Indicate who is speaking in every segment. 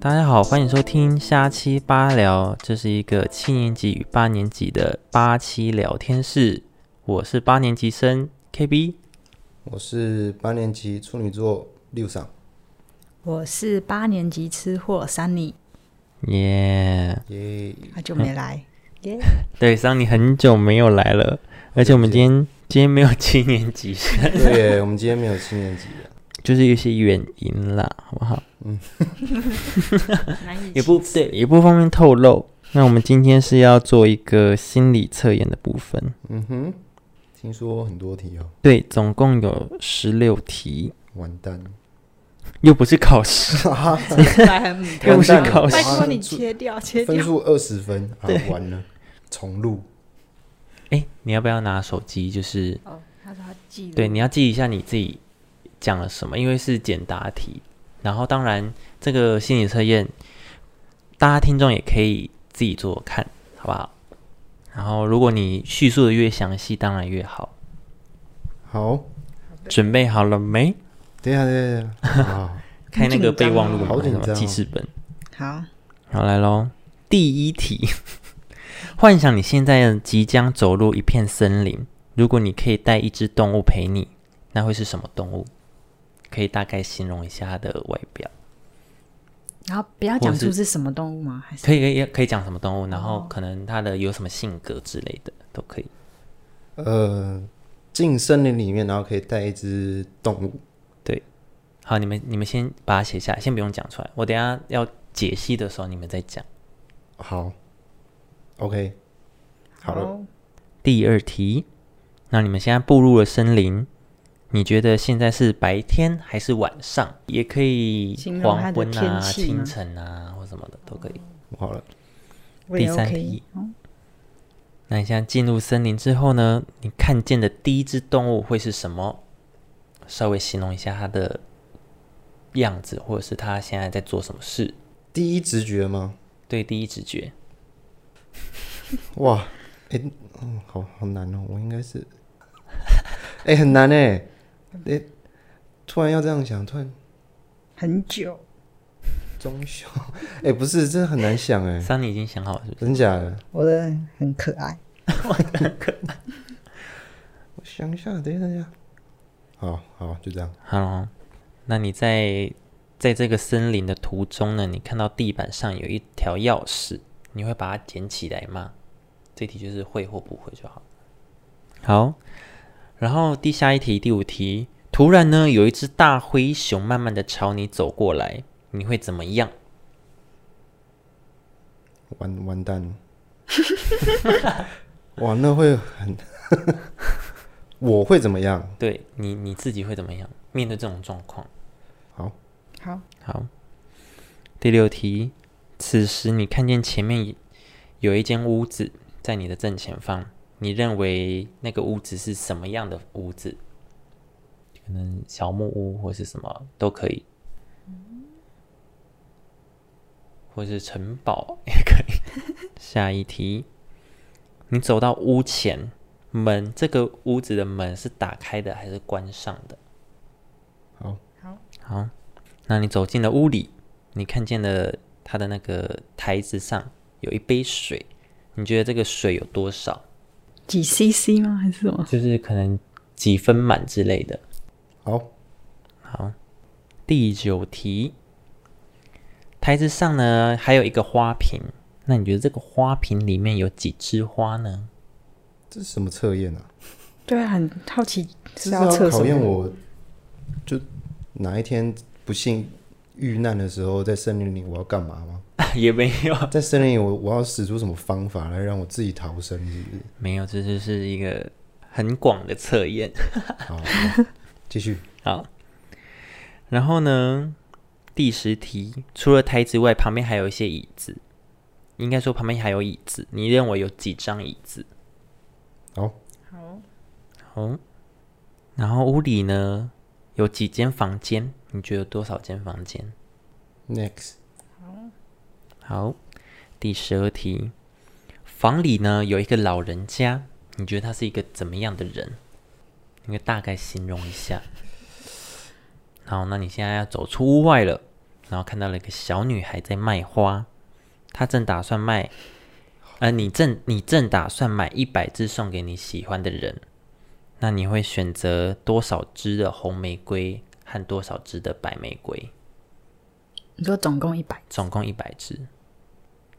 Speaker 1: 大家好，欢迎收听虾七八聊，这是一个七年级与八年级的八七聊天室，我是八年级生 KB。
Speaker 2: 我是八年级处女座六上，
Speaker 3: 我是八年级吃货 Sunny，
Speaker 1: 耶、
Speaker 2: 耶、
Speaker 3: 好久没 来，
Speaker 1: 对，桑尼很久没有来了，而且我们今天今天没有七年级生，
Speaker 2: 对耶，我们今天没有七年级啊了，
Speaker 1: 就是有一些原因啦，好不好？
Speaker 3: 难以
Speaker 1: 也不对，也不方便透露。那我们今天是要做一个心理测验的部分，
Speaker 2: 嗯哼，听说很多题哦，
Speaker 1: 对，总共有十六题，
Speaker 2: 完蛋，
Speaker 1: 又不是考 试，
Speaker 3: 来很母
Speaker 1: 又不是
Speaker 2: 完蛋了
Speaker 1: 考
Speaker 3: 拜
Speaker 1: 试。
Speaker 3: 托你切掉，切
Speaker 2: 分
Speaker 3: 掉。
Speaker 2: 数二十分啊，完了，重录，
Speaker 1: 哎、你要不要拿手机？就是
Speaker 3: 哦，他说他记
Speaker 1: 对，你要记一下你自己讲了什么，因为是简答题。然后当然，这个心理测验，大家听众也可以自己做做看，好不好？然后如果你叙述的越详细，当然越好。
Speaker 2: 好，
Speaker 1: 准备好了没？
Speaker 2: 等一下，等一下等一下，啊，
Speaker 1: 开那个备忘录
Speaker 2: 好
Speaker 1: 嘛，
Speaker 2: 紧
Speaker 1: 什么
Speaker 2: 张哦
Speaker 1: 记事本。
Speaker 3: 好，
Speaker 1: 啊好，啊来喽，第一题， 幻想你现在即将走入一片森林，如果你可以带一只动物陪你，那会是什么动物？可以大概形容一下它的外表，
Speaker 3: 然后不要讲出是什么动物吗？还是
Speaker 1: 可以可以可以讲什么动物，然后
Speaker 3: 哦
Speaker 1: 可能它的有什么性格之类的都可以。
Speaker 2: 呃，进森林里面，然后可以带一只动物，
Speaker 1: 好，你们你们先把它写下来，先不用讲出来，我等一下要解析的时候你们再讲。
Speaker 2: 好，OK，好了，
Speaker 3: 哦
Speaker 1: 第二题，那你们现在步入了森林，你觉得现在是白天还是晚上？也可以
Speaker 3: 形容它
Speaker 1: 黄
Speaker 3: 的
Speaker 1: 昏
Speaker 3: 天
Speaker 1: 啊、
Speaker 3: 气
Speaker 1: 清
Speaker 3: 吗
Speaker 1: 晨啊或什么的都可以。
Speaker 2: 我好了，
Speaker 3: 我
Speaker 1: 第
Speaker 3: 也
Speaker 1: 三
Speaker 3: OK
Speaker 1: 题
Speaker 3: 哦
Speaker 1: 那你现在进入森林之后呢？你看见的第一只动物会是什么？稍微形容一下它的样子，或者是它现在在做什么事。
Speaker 2: 第一直觉吗？
Speaker 1: 对，第一直觉，
Speaker 2: 哇，哎、嗯，好好难哦，我应该是，哎、很难哎、哎、突然要这样想，突然
Speaker 3: 很久，
Speaker 2: 中秋，哎、不是，真的很难想哎、
Speaker 1: 桑尼已经想好了是不是？
Speaker 2: 真假的？
Speaker 3: 我的很可爱，
Speaker 2: 我想一下，等一下，等一下，好好，就这样，
Speaker 1: 好，那你在在这个森林的途中呢，你看到地板上有一条钥匙，你会把它捡起来吗？这题就是会或不会就好。好，然后第下一题，第五题，突然呢有一只大灰熊慢慢的朝你走过来，你会怎么样？
Speaker 2: 完完蛋了，哇，那会很， 我会怎么样？
Speaker 1: 对你你自己会怎么样面对这种状况？
Speaker 2: 好，
Speaker 3: 好，
Speaker 1: 好，第六题，此时你看见前面有一间屋子在你的正前方，你认为那个屋子是什么样的屋子？可能小木屋或是什么都可以，或是城堡也可以。下一题，你走到屋前门，这个屋子的门是打开的还是关上的？
Speaker 2: 好，
Speaker 1: 好，那你走进了屋里，你看见了它的那个台子上有一杯水，你觉得这个水有多少？
Speaker 3: 几 CC 吗？还是什么？
Speaker 1: 就是可能几分满之类的。
Speaker 2: 好，
Speaker 1: 好，第九题，台子上呢还有一个花瓶，那你觉得这个花瓶里面有几枝花呢？
Speaker 2: 这是什么测验啊？
Speaker 3: 对啊，很好奇
Speaker 2: 这是
Speaker 3: 是要测什
Speaker 2: 考验
Speaker 3: 么？
Speaker 2: 我，就哪一天不幸遇难的时候，在森林里我要干嘛吗？
Speaker 1: 也没有，
Speaker 2: 在森林里我我要使出什么方法来让我自己逃生？是不是？
Speaker 1: 没有，这就是一个很广的测验。
Speaker 2: 好，好继续。
Speaker 1: 好，然后呢，第十题，除了台子外，旁边还有一些椅子，应该说旁边还有椅子。你认为有几张椅子？
Speaker 2: 好，
Speaker 3: 好，
Speaker 1: 好，然后屋里呢有几间房间？你觉得有多少间房间？
Speaker 2: Next，
Speaker 1: 好，第十二题，房里呢有一个老人家，你觉得他是一个怎么样的人？你可以大概形容一下。好，那你现在要走出屋外了，然后看到了一个小女孩在卖花，她正打算卖，呃，你正你正打算买一百支送给你喜欢的人，那你会选择多少支的红玫瑰和多少支的白玫瑰？
Speaker 3: 你说总共一百，
Speaker 1: 总共一百支，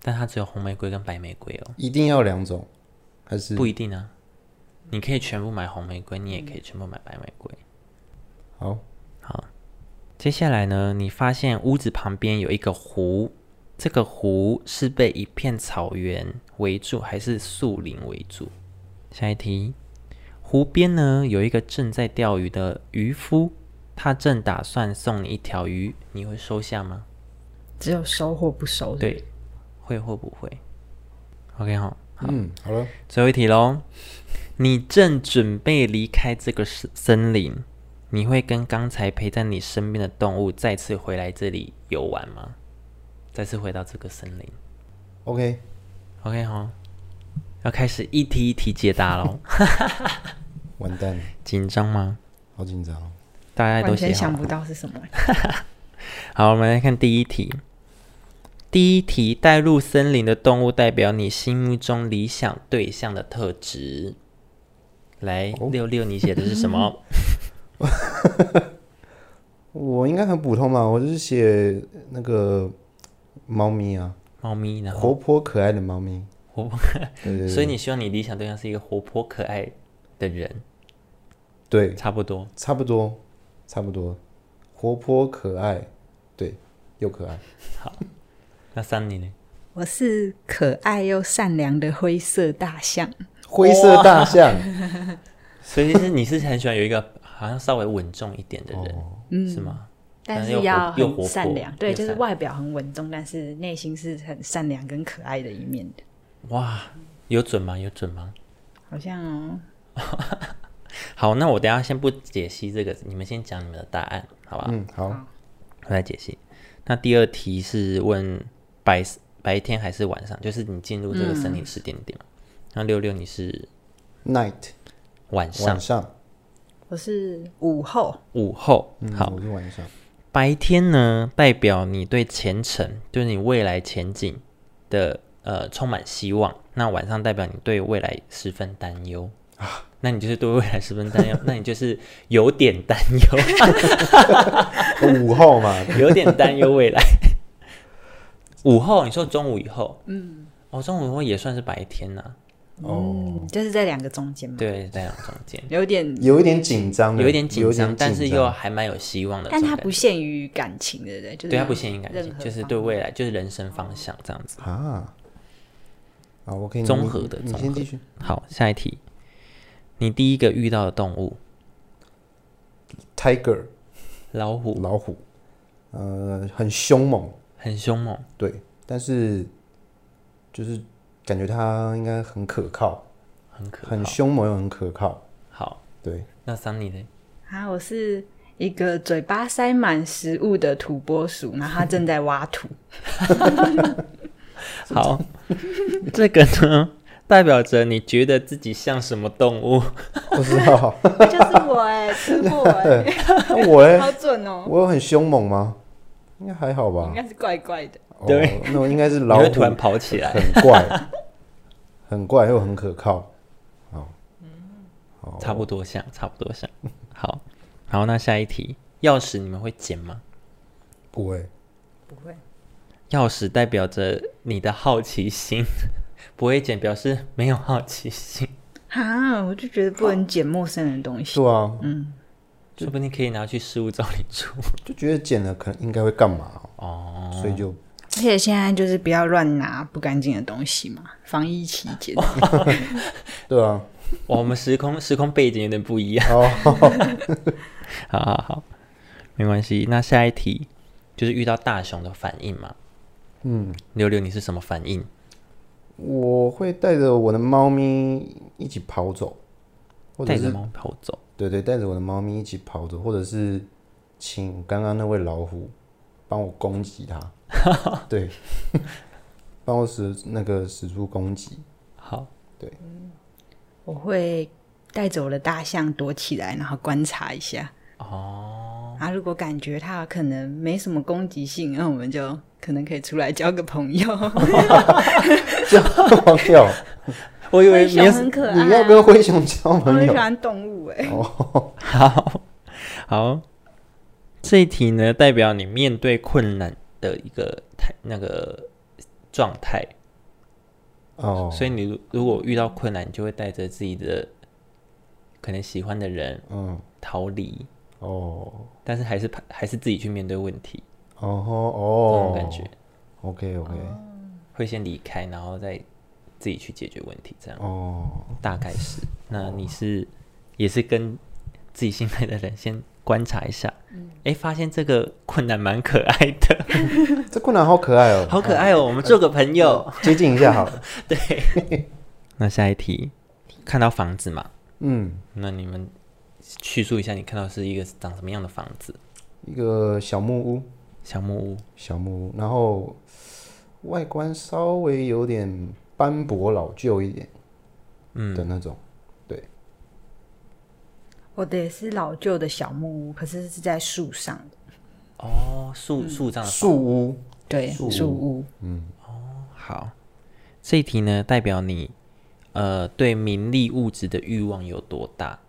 Speaker 1: 但它只有红玫瑰跟白玫瑰哦，
Speaker 2: 一定要两种，还是
Speaker 1: 不一定啊。你可以全部买红玫瑰，你也可以全部买白玫瑰。
Speaker 2: 好？
Speaker 1: 接下来呢，你发现屋子旁边有一个湖，这个湖是被一片草原围住，还是树林围住？下一题，湖边呢有一个正在钓鱼的渔夫，他正打算送你一条鱼，你会收下吗？
Speaker 3: 只有收或不收。
Speaker 1: 对，会或不会？OK 哈，
Speaker 2: 嗯，好了，
Speaker 1: 最后一题喽。你正准备离开这个森森林，你会跟刚才陪在你身边的动物再次回来这里游玩吗？再次回到这个森林
Speaker 2: ，OK，
Speaker 1: ？OK 哈，要开始一题一题解答 喽。
Speaker 2: 完蛋，
Speaker 1: 紧张吗？
Speaker 2: 好紧张哦。
Speaker 1: 大家都
Speaker 3: 完
Speaker 1: 写
Speaker 3: 全
Speaker 1: 好
Speaker 3: 想
Speaker 1: 了
Speaker 3: 不到是什么。
Speaker 1: 好，我们来看第一题。第一题，带入森林的动物代表你心目中理想对象的特质。来，
Speaker 2: 哦
Speaker 1: 六六，你写的是什 么？
Speaker 2: 我应该很普通吧，我就是写那个猫咪啊，
Speaker 1: 猫咪，然后
Speaker 2: 活泼可爱的猫咪。
Speaker 1: 活泼，
Speaker 2: 对对对
Speaker 1: 所以你希望你理想对象是一个活泼可爱的人，
Speaker 2: 对，
Speaker 1: 差不多。
Speaker 2: 差不多，差不多，活泼可爱，对，又可爱。
Speaker 1: 那三你呢？
Speaker 3: 我是可爱又善良的灰色大象，
Speaker 2: 灰色大象，
Speaker 1: 所以是你是很喜欢有一个好像稍微稳重一点的人，
Speaker 2: 哦，
Speaker 1: 是吗？
Speaker 3: 但
Speaker 1: 但
Speaker 3: 是
Speaker 1: 又活
Speaker 3: 要
Speaker 1: 又活
Speaker 3: 很善
Speaker 1: 泼
Speaker 3: 良，对，
Speaker 1: 又
Speaker 3: 就是
Speaker 1: 善
Speaker 3: 外表很稳重，但是内心是很善良跟可爱的一面的。
Speaker 1: 嗯哇，有准吗？有准吗？
Speaker 3: 好像哦，
Speaker 1: 好，那我等一下先不解析这个，你们先讲你们的答案，好吧？
Speaker 2: 嗯，好，
Speaker 1: 我来解析。那第二题是问白白天还是晚上，就是你进入这个森林时间点嘛。那六六你是
Speaker 2: night
Speaker 1: 晚上
Speaker 2: 晚上，
Speaker 3: 我是午后，
Speaker 1: 午后，
Speaker 2: 嗯，
Speaker 1: 好，
Speaker 2: 我是晚上，
Speaker 1: 白天呢代表你对前程，就是你未来前景的呃充满希望。那晚上代表你对未来十分担忧那你就是对未来十分 担忧，那你就是有点担忧，
Speaker 2: 哦午后嘛，
Speaker 1: 有点担忧 未来。午后，你说中午以后，嗯，哦，中午以后也算是白天呐、
Speaker 2: 哦，
Speaker 3: 嗯，就是在两个中间嘛，
Speaker 1: 对，在两中间，
Speaker 3: 有点，
Speaker 2: 有一点紧张了，
Speaker 1: 有一点紧张，
Speaker 2: 有
Speaker 1: 但是又还蛮有希望的这
Speaker 3: 但
Speaker 1: 种
Speaker 3: 它
Speaker 1: 感觉。
Speaker 3: 不限于感情，对不对？就是
Speaker 1: 对他不限于感
Speaker 3: 任
Speaker 1: 情，
Speaker 3: 何
Speaker 1: 就是
Speaker 3: 方
Speaker 1: 对
Speaker 3: 面
Speaker 1: 未来，就是人生方向这样子。
Speaker 2: 啊，啊，我可以
Speaker 1: 综合的
Speaker 2: 你
Speaker 1: 综
Speaker 2: 先
Speaker 1: 合
Speaker 2: 继续，
Speaker 1: 好，下一题，你第一个遇到的动物，
Speaker 2: tiger
Speaker 1: 老虎，
Speaker 2: 老虎，呃，很凶猛，
Speaker 1: 很凶猛，
Speaker 2: 对，但是就是感觉它应该很可靠，
Speaker 1: 很可
Speaker 2: 很
Speaker 1: 怕。
Speaker 2: 凶猛又很可靠，
Speaker 1: 好，
Speaker 2: 对，
Speaker 1: 那桑尼呢？
Speaker 3: 啊，我是一个嘴巴塞满食物的土拨鼠，然后它正在挖土。
Speaker 1: 好，这个呢， 代表着你觉得自己像什么动物？
Speaker 2: 我知道，
Speaker 3: 就是我哎、吃货哎、
Speaker 2: 那我嘞，
Speaker 3: 好准哦、
Speaker 2: 我有很凶猛吗？应该还好吧
Speaker 3: 应，该是怪怪的。
Speaker 2: 哦
Speaker 1: 对，
Speaker 2: 那我应该是
Speaker 1: 你
Speaker 2: 老
Speaker 1: 会
Speaker 2: 虎，
Speaker 1: 突然跑起来。
Speaker 2: 很怪，很怪又很可靠。好，
Speaker 1: 差不多像，差不多像。好，好，那下一题，钥匙你们会捡吗？
Speaker 2: 不会，
Speaker 3: 不会，
Speaker 1: 钥匙代表着你的好奇心， 不会剪表示没有好奇心，
Speaker 3: 啊，我就觉得不能捡陌生人的东西。
Speaker 2: 是啊，
Speaker 1: 说不定可以拿去事务照里住。
Speaker 2: 就觉得捡了可能应该会干嘛哦，
Speaker 1: 哦，
Speaker 2: 所以就
Speaker 3: 而且现在就是不要乱拿不干净的东西嘛，防疫期间。
Speaker 2: 对啊，
Speaker 1: 哇我们时空时空背景有点不一样。
Speaker 2: 哦
Speaker 1: 好好好，没关系。那下一题就是遇到大熊的反应嘛。
Speaker 2: 嗯，
Speaker 1: 六六，你是什么反应？
Speaker 2: 我会带着我的猫咪一起跑走，或者
Speaker 1: 带着
Speaker 2: 是
Speaker 1: 猫跑走。
Speaker 2: 对对，带着我的猫咪一起跑走，或者是请刚刚那位老虎帮我攻击它， 对，帮我使那个使出攻击，
Speaker 1: 好，
Speaker 3: 我会带着我的大象躲起来，然后观察一下。
Speaker 1: 哦，
Speaker 3: 啊，如果感觉它可能没什么攻击性，那我们就可能可以出来交个朋友。
Speaker 2: 朋友，
Speaker 1: 我以 为
Speaker 3: 灰
Speaker 1: 没有
Speaker 3: 熊很可爱、啊，
Speaker 2: 你要跟灰熊交
Speaker 3: 我
Speaker 2: 朋
Speaker 3: 很
Speaker 2: 友
Speaker 3: 喜？欢动物哎、
Speaker 2: 哦，
Speaker 1: 好好，这一题呢，代表你面对困难的一个态那个状态，
Speaker 2: 哦，
Speaker 1: 所以你如如果遇到困难，你就会带着自己的可能喜欢的人
Speaker 2: 嗯，
Speaker 1: 逃离，
Speaker 2: 哦，
Speaker 1: 但是还是怕还是自己去面对问题，
Speaker 2: 哦吼
Speaker 1: 这
Speaker 2: 哦
Speaker 1: 种，感觉、
Speaker 2: OK OK，
Speaker 1: 会先离开，然后再自己去解决问题，这样
Speaker 2: 哦，
Speaker 1: 大概是。那你是也是跟自己信赖的人先观察一下，哎、发现这个困难蛮可爱的，
Speaker 2: 这困难好可爱哦，
Speaker 1: 好可爱哦，哦我们做个朋友。
Speaker 2: 接近一下好了。
Speaker 1: 那下一题，看到房子嘛，
Speaker 2: 嗯，
Speaker 1: 那你们叙述一下，你看到是一个长什么样的房子？
Speaker 2: 一个小木屋，
Speaker 1: 小木屋，
Speaker 2: 小木屋，然后外观稍微有点斑驳老旧一点，嗯的那种。
Speaker 3: 我的也是老旧的小木屋，可是是在树上的。
Speaker 1: 哦，树树这样的
Speaker 2: 树屋，
Speaker 3: 对，
Speaker 2: 树屋
Speaker 3: 树屋。
Speaker 1: 好，这一题呢，代表你呃对名利物质的欲望有多大。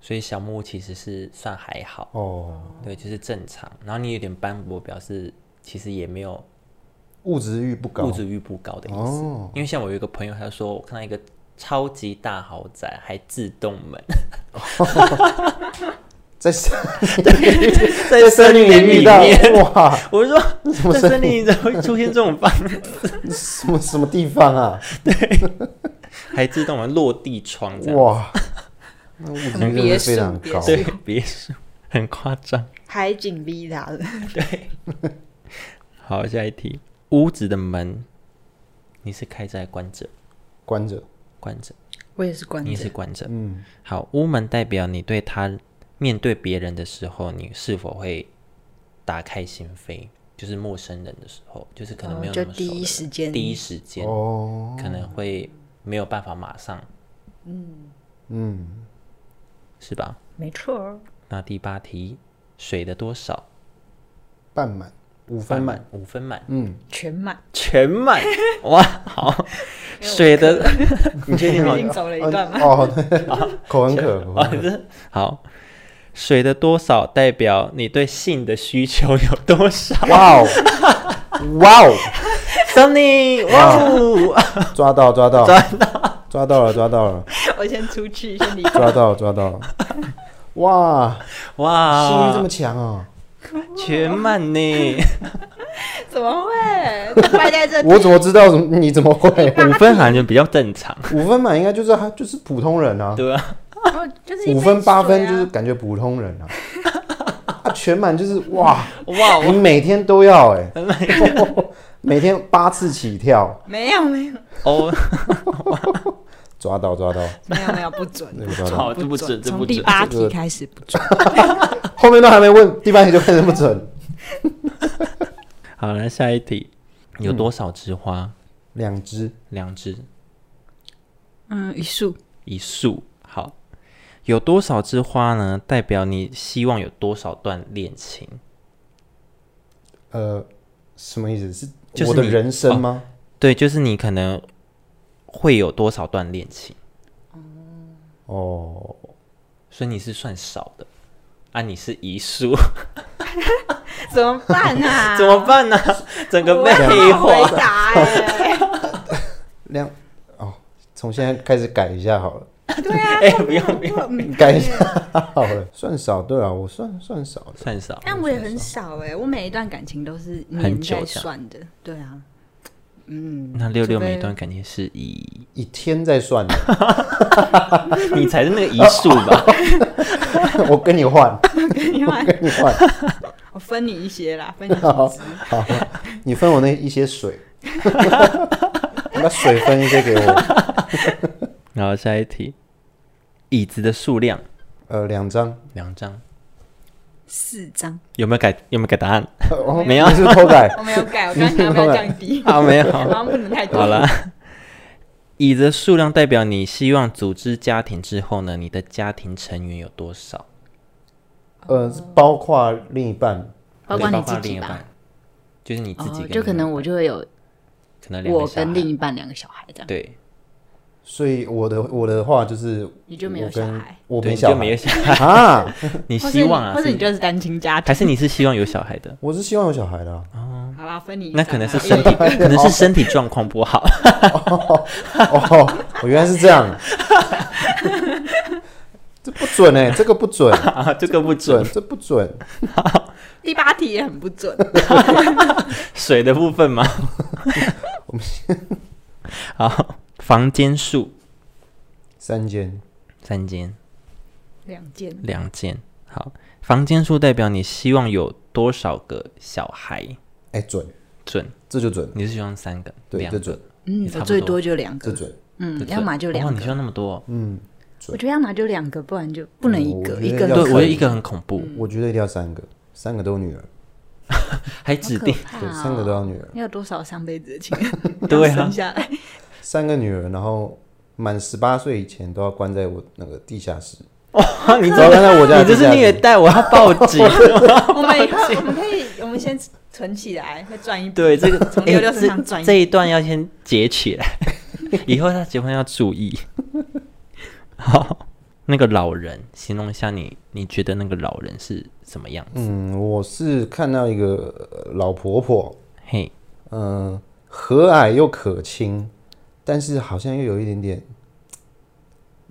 Speaker 1: 所以小木屋其实是算还好，
Speaker 2: 哦，
Speaker 1: 对，就是正常。然后你有点斑驳，表示其实也没有
Speaker 2: 物质欲不
Speaker 1: 物
Speaker 2: 高。
Speaker 1: 质欲不高的意思。
Speaker 2: 哦
Speaker 1: 因为像我有一个朋友，他说我看到一个超级大豪宅，还自动门，
Speaker 2: 在森
Speaker 1: 在
Speaker 2: 森林里遇到
Speaker 1: 面。
Speaker 2: 哇，
Speaker 1: 我 就
Speaker 2: 么
Speaker 1: 说，在森林里怎么会出现这种房子？
Speaker 2: 什么什么地方啊？
Speaker 1: 还自动门落地窗这样，
Speaker 2: 哇，那物质欲真的非常高。
Speaker 1: 对，别墅很夸张。
Speaker 3: 海景 villa 的，
Speaker 1: 好，下一题，屋子的门，你是开着还关着？
Speaker 2: 关着，
Speaker 1: 关着，
Speaker 3: 我也是关
Speaker 1: 你也
Speaker 3: 着
Speaker 1: 是。关着。
Speaker 2: 嗯，
Speaker 1: 好，屋门代表你对他面对别人的时候，你是否会打开心扉？就是陌生人的时候，就是可能没有
Speaker 3: 哦
Speaker 1: 那
Speaker 3: 就
Speaker 1: 么熟
Speaker 3: 第
Speaker 1: 的
Speaker 3: 一
Speaker 1: 人
Speaker 3: 时间
Speaker 1: 第一时间、
Speaker 2: 哦，
Speaker 1: 可能会没有办法马上，
Speaker 2: 嗯，
Speaker 1: 是吧？
Speaker 3: 没错哦，
Speaker 1: 那第八题，水的多少？
Speaker 2: 半满，五分满，，
Speaker 1: 五分满，
Speaker 2: 嗯，
Speaker 3: 全满。
Speaker 1: 全 满，哇，好，水的， 你确定吗
Speaker 3: 已？经走了一段嘛。
Speaker 2: 哦， 对，口很渴， 口
Speaker 1: 啊
Speaker 2: 很渴
Speaker 1: 好，水的多少代表你对性的需求有多 少
Speaker 2: 哇哦，哇哦，
Speaker 1: ？Sunny，哇哦，
Speaker 2: 抓到抓到抓到抓到了抓到了
Speaker 3: 我先出去，先离开。
Speaker 2: 抓到了抓到了，哇，性欲 这
Speaker 1: 哇
Speaker 2: 么，强哦！
Speaker 1: 全满 呢，
Speaker 3: 怎么会？他败在这
Speaker 2: 我怎么知道怎么你怎么会
Speaker 1: 五分啊好像就比较正常，
Speaker 2: 五分满？应该就是他就是普通人啊，
Speaker 1: 对吧？
Speaker 3: 哦，就是一杯
Speaker 2: 五分八分
Speaker 3: 水啊
Speaker 2: 就是感觉普通人啊，啊全满就是哇，
Speaker 1: 哇，
Speaker 2: 你每天都要 哎、每天八次起跳，
Speaker 3: 没有没有
Speaker 1: 哦，
Speaker 2: 抓到抓到，
Speaker 3: 没有没有不准，
Speaker 2: 那个抓到，
Speaker 1: 好，这不准，这不
Speaker 3: 从第
Speaker 1: 准。
Speaker 3: 八
Speaker 2: 这
Speaker 3: 题
Speaker 2: 个
Speaker 3: 开始不准。
Speaker 2: 后面都还没问，第八题就开始不准，
Speaker 1: 好了，下一题，有多少枝花？
Speaker 2: 两只
Speaker 1: 两枝，
Speaker 3: 嗯，一束
Speaker 1: 一束。好，有多少枝花呢？代表你希望有多少段恋情？
Speaker 2: 呃什么意思？是
Speaker 1: 就是
Speaker 2: 我的
Speaker 1: 你
Speaker 2: 人生吗？
Speaker 1: 对，就是你可能会有多少段恋情，
Speaker 2: 哦，
Speaker 1: 所以你是算少的啊，你是遗书，
Speaker 3: 啊怎么办啊？
Speaker 1: 怎么办呢、整个
Speaker 3: 我
Speaker 1: 被
Speaker 3: 要
Speaker 1: 黑化，
Speaker 3: 回答哎，
Speaker 2: 两哦，从现在开始改一下好了，
Speaker 3: 对啊，
Speaker 1: 哎、不用不用，
Speaker 2: 改一下好 了，算少对啊，我算算少的，
Speaker 1: 算少，
Speaker 3: 但我也很少哎，我每一段感情都是
Speaker 1: 很
Speaker 3: 年
Speaker 1: 久
Speaker 3: 在
Speaker 1: 这样
Speaker 3: 算的，对啊，嗯，
Speaker 1: 那六六
Speaker 3: 除非
Speaker 1: 每一段感情是以，
Speaker 2: 以天在算的，
Speaker 1: 你才是那个遗书吧？
Speaker 2: 我跟你换，
Speaker 3: 你看
Speaker 2: 跟你换，
Speaker 3: 我分你一些啦，分你一些。
Speaker 2: 好，你分我那一 些水，你把水分一些给我，
Speaker 1: 然后下一题，椅子的数量
Speaker 2: 呃，两张。
Speaker 1: 两张，
Speaker 3: 四张，
Speaker 1: 有没有改？有没有改答案？
Speaker 2: 哦
Speaker 1: 没有，
Speaker 2: 你是不是偷改
Speaker 3: 我没有改，我刚刚想要不要降低
Speaker 1: 啊，没有。
Speaker 3: 好像不能太 多。
Speaker 1: 好了，椅子的数量代表你希望组织家庭之后呢，你的家庭成员有多少？
Speaker 3: 哦
Speaker 2: 呃，是包括另一半，
Speaker 3: 包
Speaker 1: 对
Speaker 3: 括
Speaker 1: 包
Speaker 3: 你
Speaker 1: 括
Speaker 3: 自
Speaker 1: 另
Speaker 3: 己
Speaker 1: 一
Speaker 3: 吧
Speaker 1: 半，，就是你自己跟
Speaker 3: 哦，
Speaker 1: 另
Speaker 3: 就可
Speaker 1: 一
Speaker 3: 能
Speaker 1: 半
Speaker 3: 我就会有
Speaker 1: 可能两个
Speaker 3: 我
Speaker 1: 小
Speaker 3: 跟
Speaker 1: 孩
Speaker 3: 另一半两个小孩这样，
Speaker 1: 对
Speaker 2: 所以我的我的话就是
Speaker 3: 你就没有
Speaker 2: 我
Speaker 3: 小
Speaker 2: 跟
Speaker 3: 孩，
Speaker 2: 我
Speaker 1: 对
Speaker 2: 没
Speaker 1: 你就
Speaker 2: 小
Speaker 1: 没有
Speaker 2: 孩
Speaker 1: 小孩，
Speaker 2: 啊，
Speaker 1: 你
Speaker 3: 或
Speaker 1: 希
Speaker 3: 是
Speaker 1: 望啊，
Speaker 3: 或者
Speaker 1: 是
Speaker 3: 你就是单亲家庭
Speaker 1: 还，是你是希望有小孩的？
Speaker 2: 我是希望有小孩的啊、
Speaker 3: 好啦，分你一啊
Speaker 1: 那
Speaker 3: 张
Speaker 1: 可能
Speaker 3: 啦
Speaker 1: 是
Speaker 3: 因为
Speaker 1: 身 体，
Speaker 2: 哎
Speaker 1: 可能是身体状况不好。
Speaker 2: 哦，我原来是这样， 这不准哎、这个不准，
Speaker 1: 啊，这个不准
Speaker 2: 准。这不准，
Speaker 3: 第八题也很不准，
Speaker 1: 水的部 分吗？ 好，房间数
Speaker 2: 三间
Speaker 1: 三间，
Speaker 3: 两件
Speaker 1: 两间。好，房间数代表你希望有多少个小孩？
Speaker 2: 哎、准，
Speaker 1: 准，
Speaker 2: 这就准，
Speaker 1: 你是希望三个，
Speaker 2: 对，
Speaker 1: 两
Speaker 2: 这
Speaker 1: 个，
Speaker 2: 准，
Speaker 1: 也
Speaker 3: 嗯
Speaker 1: 差
Speaker 3: 我
Speaker 1: 不
Speaker 3: 最
Speaker 1: 多
Speaker 3: 多就两
Speaker 2: 这
Speaker 3: 个，
Speaker 2: 准，
Speaker 1: 这
Speaker 3: 嗯，
Speaker 1: 准
Speaker 3: 要么就
Speaker 1: 哇
Speaker 3: 两
Speaker 1: 你需
Speaker 3: 个，
Speaker 1: 要那么多哦？
Speaker 2: 嗯，
Speaker 3: 我觉得要么就两个，不然就不能一个，
Speaker 2: 我
Speaker 3: 一
Speaker 2: 觉得
Speaker 3: 个
Speaker 2: 要
Speaker 1: 对，嗯我觉
Speaker 2: 看
Speaker 1: 得一个很恐怖，
Speaker 3: 嗯
Speaker 2: 嗯我觉得一定要三个，三个都女儿，
Speaker 1: 还
Speaker 3: 好
Speaker 1: 指
Speaker 3: 可
Speaker 1: 定
Speaker 3: 怕
Speaker 2: 对，
Speaker 3: 哦
Speaker 2: 三个都要女儿，
Speaker 3: 你有多少上辈子的 情人
Speaker 1: 对啊
Speaker 3: 生下来？
Speaker 2: 三个女儿，然后满十八岁以前都要关在我那个地下室，
Speaker 1: 哇！哦你
Speaker 2: 只
Speaker 1: 这
Speaker 2: 要关在我家的
Speaker 1: 你这
Speaker 2: 地
Speaker 1: 是
Speaker 2: 下
Speaker 1: 虐
Speaker 2: 室，
Speaker 1: 待， 我要报警。
Speaker 3: 我们以后我们可以，我们先存起来，再赚一笔。
Speaker 1: 对 这个
Speaker 3: 从
Speaker 1: 哎
Speaker 3: 六六身上
Speaker 1: 这
Speaker 3: 赚一
Speaker 1: 这
Speaker 3: 笔。
Speaker 1: 一段要先截起 来，以后他结婚要注意。好，那个老人，形容一下你，你觉得那个老人是什么样？
Speaker 2: 嗯，我是看到一个呃老婆婆，
Speaker 1: 嘿，
Speaker 2: 嗯，和蔼又可亲，但是好像又有一点点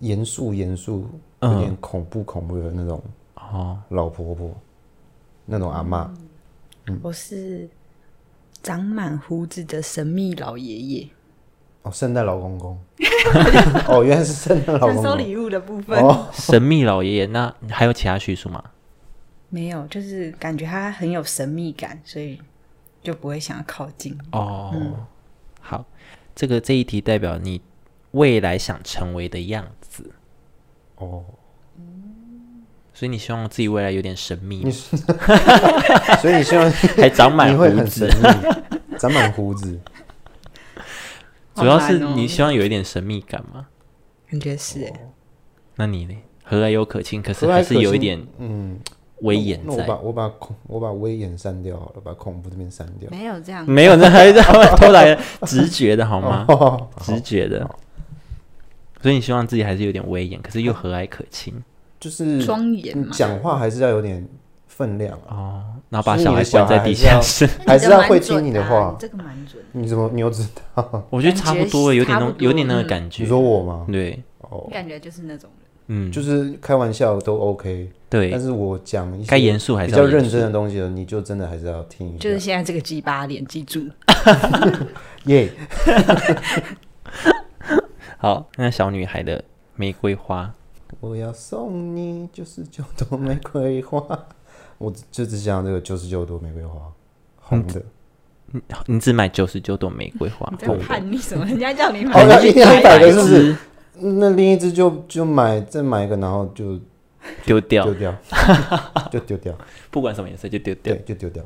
Speaker 2: 严肃严肃，
Speaker 1: 嗯
Speaker 2: 有点恐怖恐怖的那种
Speaker 1: 哦，
Speaker 2: 老婆婆，那种阿嬷。
Speaker 3: 我是长满胡子的神秘老爷爷，
Speaker 2: 哦，圣诞老公公，哦，原来是圣诞老
Speaker 3: 像
Speaker 2: 公
Speaker 3: 收
Speaker 2: 公，
Speaker 3: 礼物的部分、
Speaker 2: 哦，
Speaker 1: 神秘老爷爷，那还有其他叙述吗？
Speaker 3: 没有，就是感觉他很有神秘感，所以就不会想要靠近。
Speaker 1: 哦，好，这个这一题代表你未来想成为的样子，
Speaker 2: 哦，
Speaker 1: 所以你希望自己未来有点神秘吗，
Speaker 2: 所以你希望
Speaker 1: 还长满
Speaker 2: 你会
Speaker 1: 胡
Speaker 2: 很
Speaker 1: 子
Speaker 2: 神，秘，长满胡子，
Speaker 1: 主要是
Speaker 3: 好难哦
Speaker 1: 你希望有一点神秘感吗？
Speaker 3: 感觉是哎、
Speaker 1: 那你呢？和蔼又可亲，可是
Speaker 2: 和蔼
Speaker 1: 还是
Speaker 2: 可
Speaker 1: 有一
Speaker 2: 亲
Speaker 1: 点
Speaker 2: 嗯，
Speaker 1: 威严
Speaker 2: 那我
Speaker 1: 在。
Speaker 2: 把我把恐我把威严删掉好了，把恐怖这边删掉。
Speaker 3: 没有这样。
Speaker 1: 没有，那还是他们偷来的直觉的好吗？
Speaker 2: 哦，
Speaker 1: 直觉的，所以你希望自己还是有点威严，可是又和蔼可亲
Speaker 2: 就是
Speaker 3: 庄严
Speaker 2: 你
Speaker 3: 嘛
Speaker 2: 嗯讲话还是要有点分量啊，
Speaker 1: 哦，然后把
Speaker 2: 所以
Speaker 1: 小孩
Speaker 2: 你的小
Speaker 1: 关在
Speaker 2: 孩
Speaker 1: 地
Speaker 2: 还是
Speaker 1: 下
Speaker 2: 要
Speaker 1: 室。
Speaker 2: 还是要会
Speaker 3: 啊
Speaker 2: 听你的话。
Speaker 3: 这个蛮准的。
Speaker 2: 你怎么你又知道？
Speaker 1: 我觉得差不多，有点那
Speaker 3: 感
Speaker 1: 种
Speaker 3: 觉差不多
Speaker 1: 有点那个感
Speaker 2: 你
Speaker 1: 觉。
Speaker 2: 说我吗？
Speaker 1: 对，
Speaker 2: 哦
Speaker 3: 你，感觉就是那种人，
Speaker 1: 嗯，
Speaker 2: 就是开玩笑都 OK，但
Speaker 1: 对，
Speaker 2: 是我讲一些
Speaker 1: 该严肃还
Speaker 2: 比
Speaker 1: 是
Speaker 2: 较
Speaker 1: 要严
Speaker 2: 认
Speaker 1: 肃
Speaker 2: 真的东西了，你就真的还是要听一
Speaker 3: 就是
Speaker 2: 下。
Speaker 3: 现在这个鸡巴脸，记住。
Speaker 2: 耶，
Speaker 1: 好，那小女孩的玫瑰花，
Speaker 2: 我要送你九十九朵玫瑰花， 我就只想这个九十九朵玫瑰花，红的。
Speaker 1: 你只买九十九朵玫瑰花
Speaker 3: 你，在
Speaker 1: 对
Speaker 3: 叛逆什么？人家叫你
Speaker 2: 哦
Speaker 3: 买，
Speaker 2: 要一定要
Speaker 3: 买
Speaker 2: 买的是不
Speaker 1: 只
Speaker 2: 是？那另一只就就买再买一个，然后就
Speaker 1: 丢掉
Speaker 2: 丢， 掉，就丢掉，
Speaker 1: 不管什么颜色就丢掉
Speaker 2: 对，。就丢掉。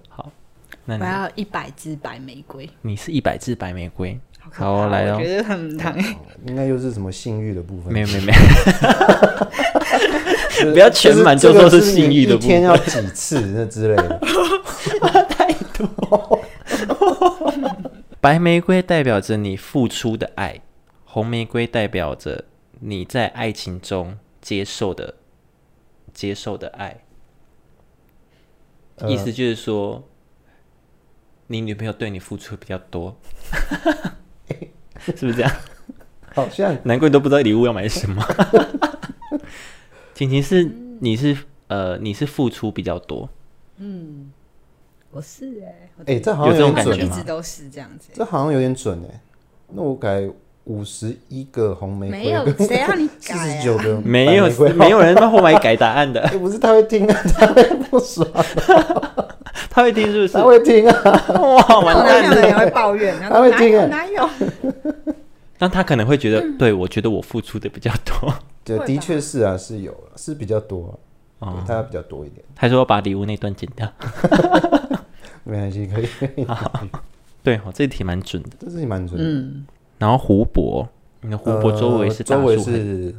Speaker 1: 那
Speaker 3: 我
Speaker 1: 你
Speaker 3: 要一百支白玫瑰。
Speaker 1: 你是一百支白玫瑰，
Speaker 3: 好可怕
Speaker 1: 好来哦
Speaker 3: 我，觉得很疼。
Speaker 2: 应该又是什么性欲的部分？
Speaker 1: 没有没有 没有。
Speaker 2: 就是
Speaker 1: 不要全满
Speaker 2: 就是
Speaker 1: 就说
Speaker 2: 这个
Speaker 1: 是性欲的部分
Speaker 2: 一天要几次那之类的。
Speaker 1: 白玫瑰代表着你付出的爱，红玫瑰代表着你在爱情中接受的接受的爱。
Speaker 2: 呃
Speaker 1: 意思就是说，你女朋友对你付出比较 多， 是不是这样？
Speaker 2: 好，现在
Speaker 1: 难怪你都不知道礼物要买什么。 晴晴是你是呃你是付出比较多，
Speaker 3: 我是哎，我
Speaker 2: 哎、这好像
Speaker 1: 有这种感
Speaker 2: 点
Speaker 1: 觉
Speaker 3: 一
Speaker 2: 准，
Speaker 1: 吗
Speaker 3: 直都是这样子。
Speaker 2: 这好像有点准哎、那我改五十一个红玫
Speaker 3: 没
Speaker 2: 瑰
Speaker 3: 有
Speaker 2: 跟，
Speaker 3: 谁让你
Speaker 2: 四
Speaker 3: 改
Speaker 2: 十
Speaker 3: 啊？
Speaker 2: 九个
Speaker 1: 没有
Speaker 2: 白玫瑰
Speaker 1: 没有人在后来改答案的，
Speaker 2: 也不是他会听啊， 他会不爽，
Speaker 1: 他会听是不是
Speaker 2: 他？会听啊，
Speaker 1: 哇，
Speaker 3: 那
Speaker 1: 完
Speaker 3: 我
Speaker 1: 蛋
Speaker 3: 男
Speaker 1: 了！
Speaker 3: 友也会抱怨，然后
Speaker 2: 他会听
Speaker 3: 哪有
Speaker 2: 哎
Speaker 3: 哪有？
Speaker 1: 那他可能会觉得，对我觉得我付出的比较多。
Speaker 2: 对
Speaker 3: 会，吧
Speaker 2: 的确是啊，是有，是比较多、
Speaker 1: 哦
Speaker 2: 啊，对他比较多一点，
Speaker 1: 他说把礼物那段剪掉。
Speaker 2: 没关系，可以，
Speaker 1: 啊对哦，这一题蛮准的。
Speaker 2: 这是蛮准的。嗯，
Speaker 1: 然后湖呃泊，你的湖泊周围是大
Speaker 2: 周围
Speaker 1: 树、
Speaker 2: 是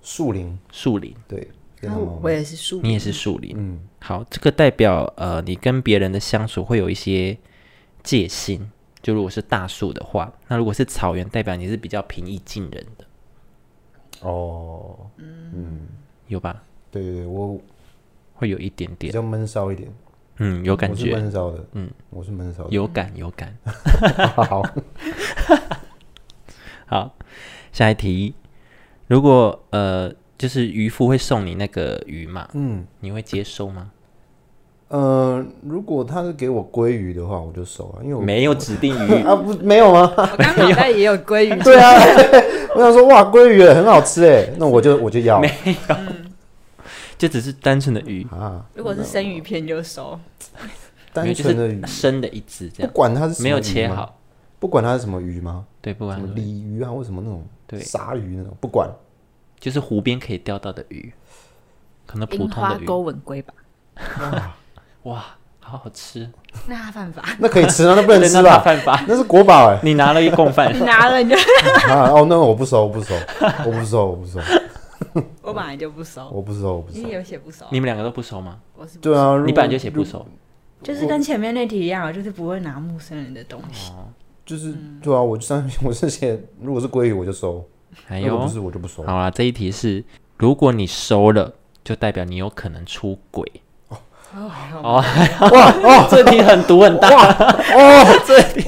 Speaker 2: 树林，
Speaker 1: 树林，
Speaker 2: 对，非
Speaker 3: 啊
Speaker 2: 常
Speaker 3: 我
Speaker 2: 忙。
Speaker 3: 我也是树
Speaker 1: 你
Speaker 3: 民，
Speaker 1: 也是树林。
Speaker 2: 嗯，
Speaker 1: 好，这个代表呃，你跟别人的相处会有一些戒心。就如果是大树的话，那如果是草原，代表你是比较平易近人的，
Speaker 2: 哦，
Speaker 1: 有吧？
Speaker 2: 对对对，我
Speaker 1: 会有一点
Speaker 2: 比
Speaker 1: 点，
Speaker 2: 较闷骚一点，
Speaker 1: 嗯，有感
Speaker 2: 我是嗯
Speaker 1: 觉，
Speaker 2: 闷骚的，嗯，我是闷骚的。
Speaker 1: 有感，有感。
Speaker 2: 好，
Speaker 1: 好，下一题，如果呃，就是渔夫会送你那个鱼嘛，
Speaker 2: 嗯，
Speaker 1: 你会接收吗？
Speaker 2: 呃，如果他是给我鲑鱼的话，我就收了，因为我
Speaker 1: 没有指定 鱼，
Speaker 2: 啊不没有 吗？
Speaker 3: 我刚脑袋也有鲑 鱼，
Speaker 2: 对啊， 我想说哇，鲑鱼很好吃哎，那我就我就要
Speaker 1: 没有，就只是单纯的鱼，
Speaker 2: 啊，
Speaker 3: 如果是生鱼片就熟，
Speaker 1: 没
Speaker 2: 单
Speaker 1: 有就
Speaker 2: 纯的鱼
Speaker 1: 是，生的一只这
Speaker 2: 不
Speaker 1: 样，
Speaker 2: 管它是什么
Speaker 1: 没有
Speaker 2: 鱼
Speaker 1: 切
Speaker 2: 吗，
Speaker 1: 好，
Speaker 2: 不管它是什么鱼吗？
Speaker 1: 对，不
Speaker 2: 什
Speaker 1: 管
Speaker 2: 么鲤鱼啊，或什么那种
Speaker 1: 对
Speaker 2: 鲨鱼那种，不管
Speaker 1: 就是湖边可以钓到的鱼，可能普
Speaker 3: 樱
Speaker 1: 通
Speaker 3: 花
Speaker 1: 的鱼，
Speaker 3: 钩吻龟吧？
Speaker 1: 哇，好好吃，
Speaker 3: 那它犯 法，
Speaker 2: 那可以吃啊，那不能
Speaker 1: 对
Speaker 2: 吃
Speaker 1: 那他
Speaker 2: 吧？
Speaker 1: 犯法，
Speaker 2: 那是国宝哎
Speaker 1: 你拿了一共犯
Speaker 3: 你，拿了 你就
Speaker 2: 啊！哦，那我不收，我不收，我不收，我不收，
Speaker 3: 我本来就不熟，
Speaker 2: 我不收，我不
Speaker 3: 因
Speaker 2: 收
Speaker 3: 为。有写不熟，
Speaker 1: 你们两个都不熟吗？
Speaker 3: 我是不
Speaker 2: 对啊，如
Speaker 1: 你
Speaker 2: 果
Speaker 1: 本来就写不熟，
Speaker 3: 就是跟前面那题一样，我就是不会拿陌生人的东西。
Speaker 2: 就是
Speaker 3: 嗯
Speaker 2: 对啊，我就上我是写，如果是鲑鱼我就收，
Speaker 1: 还
Speaker 2: 如果
Speaker 1: 有
Speaker 2: 不，是我就不收。
Speaker 1: 哎好啦，这一题是，如果你收了，就代表你有可能出轨。
Speaker 3: 哦，
Speaker 1: 哦， 哇，这题很毒很大，
Speaker 2: 哦，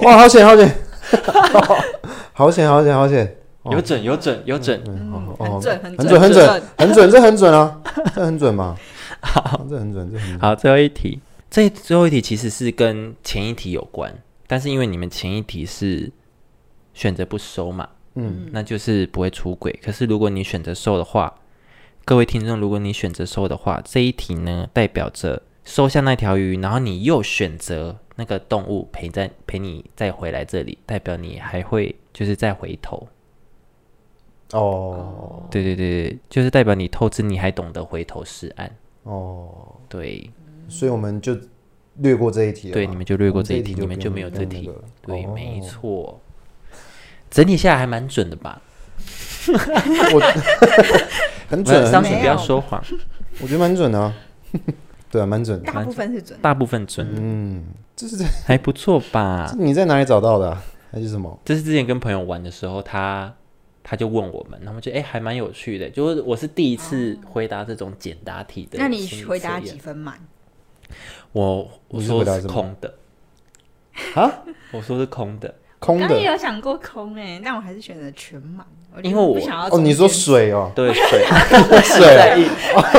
Speaker 2: 哇，好险，好险，好险，好险，好险！
Speaker 1: 有准有准有准。
Speaker 2: 嗯，
Speaker 3: 很准
Speaker 2: 很准，
Speaker 3: 很
Speaker 2: 很
Speaker 3: 准很
Speaker 2: 准
Speaker 3: 准，
Speaker 2: 很准，这很准啊，这很准 嘛，啊这很准，这很准。
Speaker 1: 好，最后一题，这最后一题其实是跟前一题有关，但是因为你们前一题是选择不收嘛，
Speaker 2: 嗯，
Speaker 1: 那就是不会出轨。可是如果你选择收的话，各位听众，如果你选择收的话，这一题呢代表着收下那条鱼，然后你又选择那个动物陪在陪你再回来这里，代表你还会就是再回头。
Speaker 2: 哦
Speaker 1: 对对对对，就是代表你透支，你还懂得回头是岸。
Speaker 2: 哦，
Speaker 1: 对
Speaker 2: 所以我们就略过这一题了嘛。
Speaker 1: 对，你们就略过
Speaker 2: 我
Speaker 1: 这一题，
Speaker 2: 就
Speaker 1: 你们
Speaker 2: 不
Speaker 1: 就
Speaker 2: 用
Speaker 1: 没有
Speaker 2: 不
Speaker 1: 这
Speaker 2: 用
Speaker 1: 题
Speaker 2: 那个了。
Speaker 1: 对，
Speaker 2: 哦
Speaker 1: 没错。整体下来还蛮准的吧？
Speaker 2: 我很准，
Speaker 1: 上次
Speaker 2: 很准
Speaker 1: 不要说谎，
Speaker 2: 我觉得蛮准的啊， 对啊，蛮准的。
Speaker 3: 大部分是准，
Speaker 1: 大部分准，
Speaker 2: 嗯，这是
Speaker 1: 还不错吧？
Speaker 2: 你在哪里找到的啊？还是什么？
Speaker 1: 这是之前跟朋友玩的时候，他他就问我们，然后我们就哎、还蛮有趣的，就是我是第一次回答这种简答题的
Speaker 3: 哦那
Speaker 1: 心理测验。
Speaker 3: 你回答几分满？
Speaker 1: 我我
Speaker 2: 你是
Speaker 1: 说
Speaker 2: 回答
Speaker 1: 是
Speaker 2: 什么
Speaker 1: 空的，
Speaker 2: 啊，
Speaker 1: 我说是空的，
Speaker 2: 空
Speaker 3: 刚刚也
Speaker 2: 的
Speaker 3: 有想过空哎，但我还是选择全满，
Speaker 1: 因为
Speaker 3: 就是
Speaker 1: 我
Speaker 3: 不想要
Speaker 2: 哦，
Speaker 3: 中
Speaker 2: 你说
Speaker 3: 间
Speaker 2: 水哦，
Speaker 1: 对，水，
Speaker 2: 水，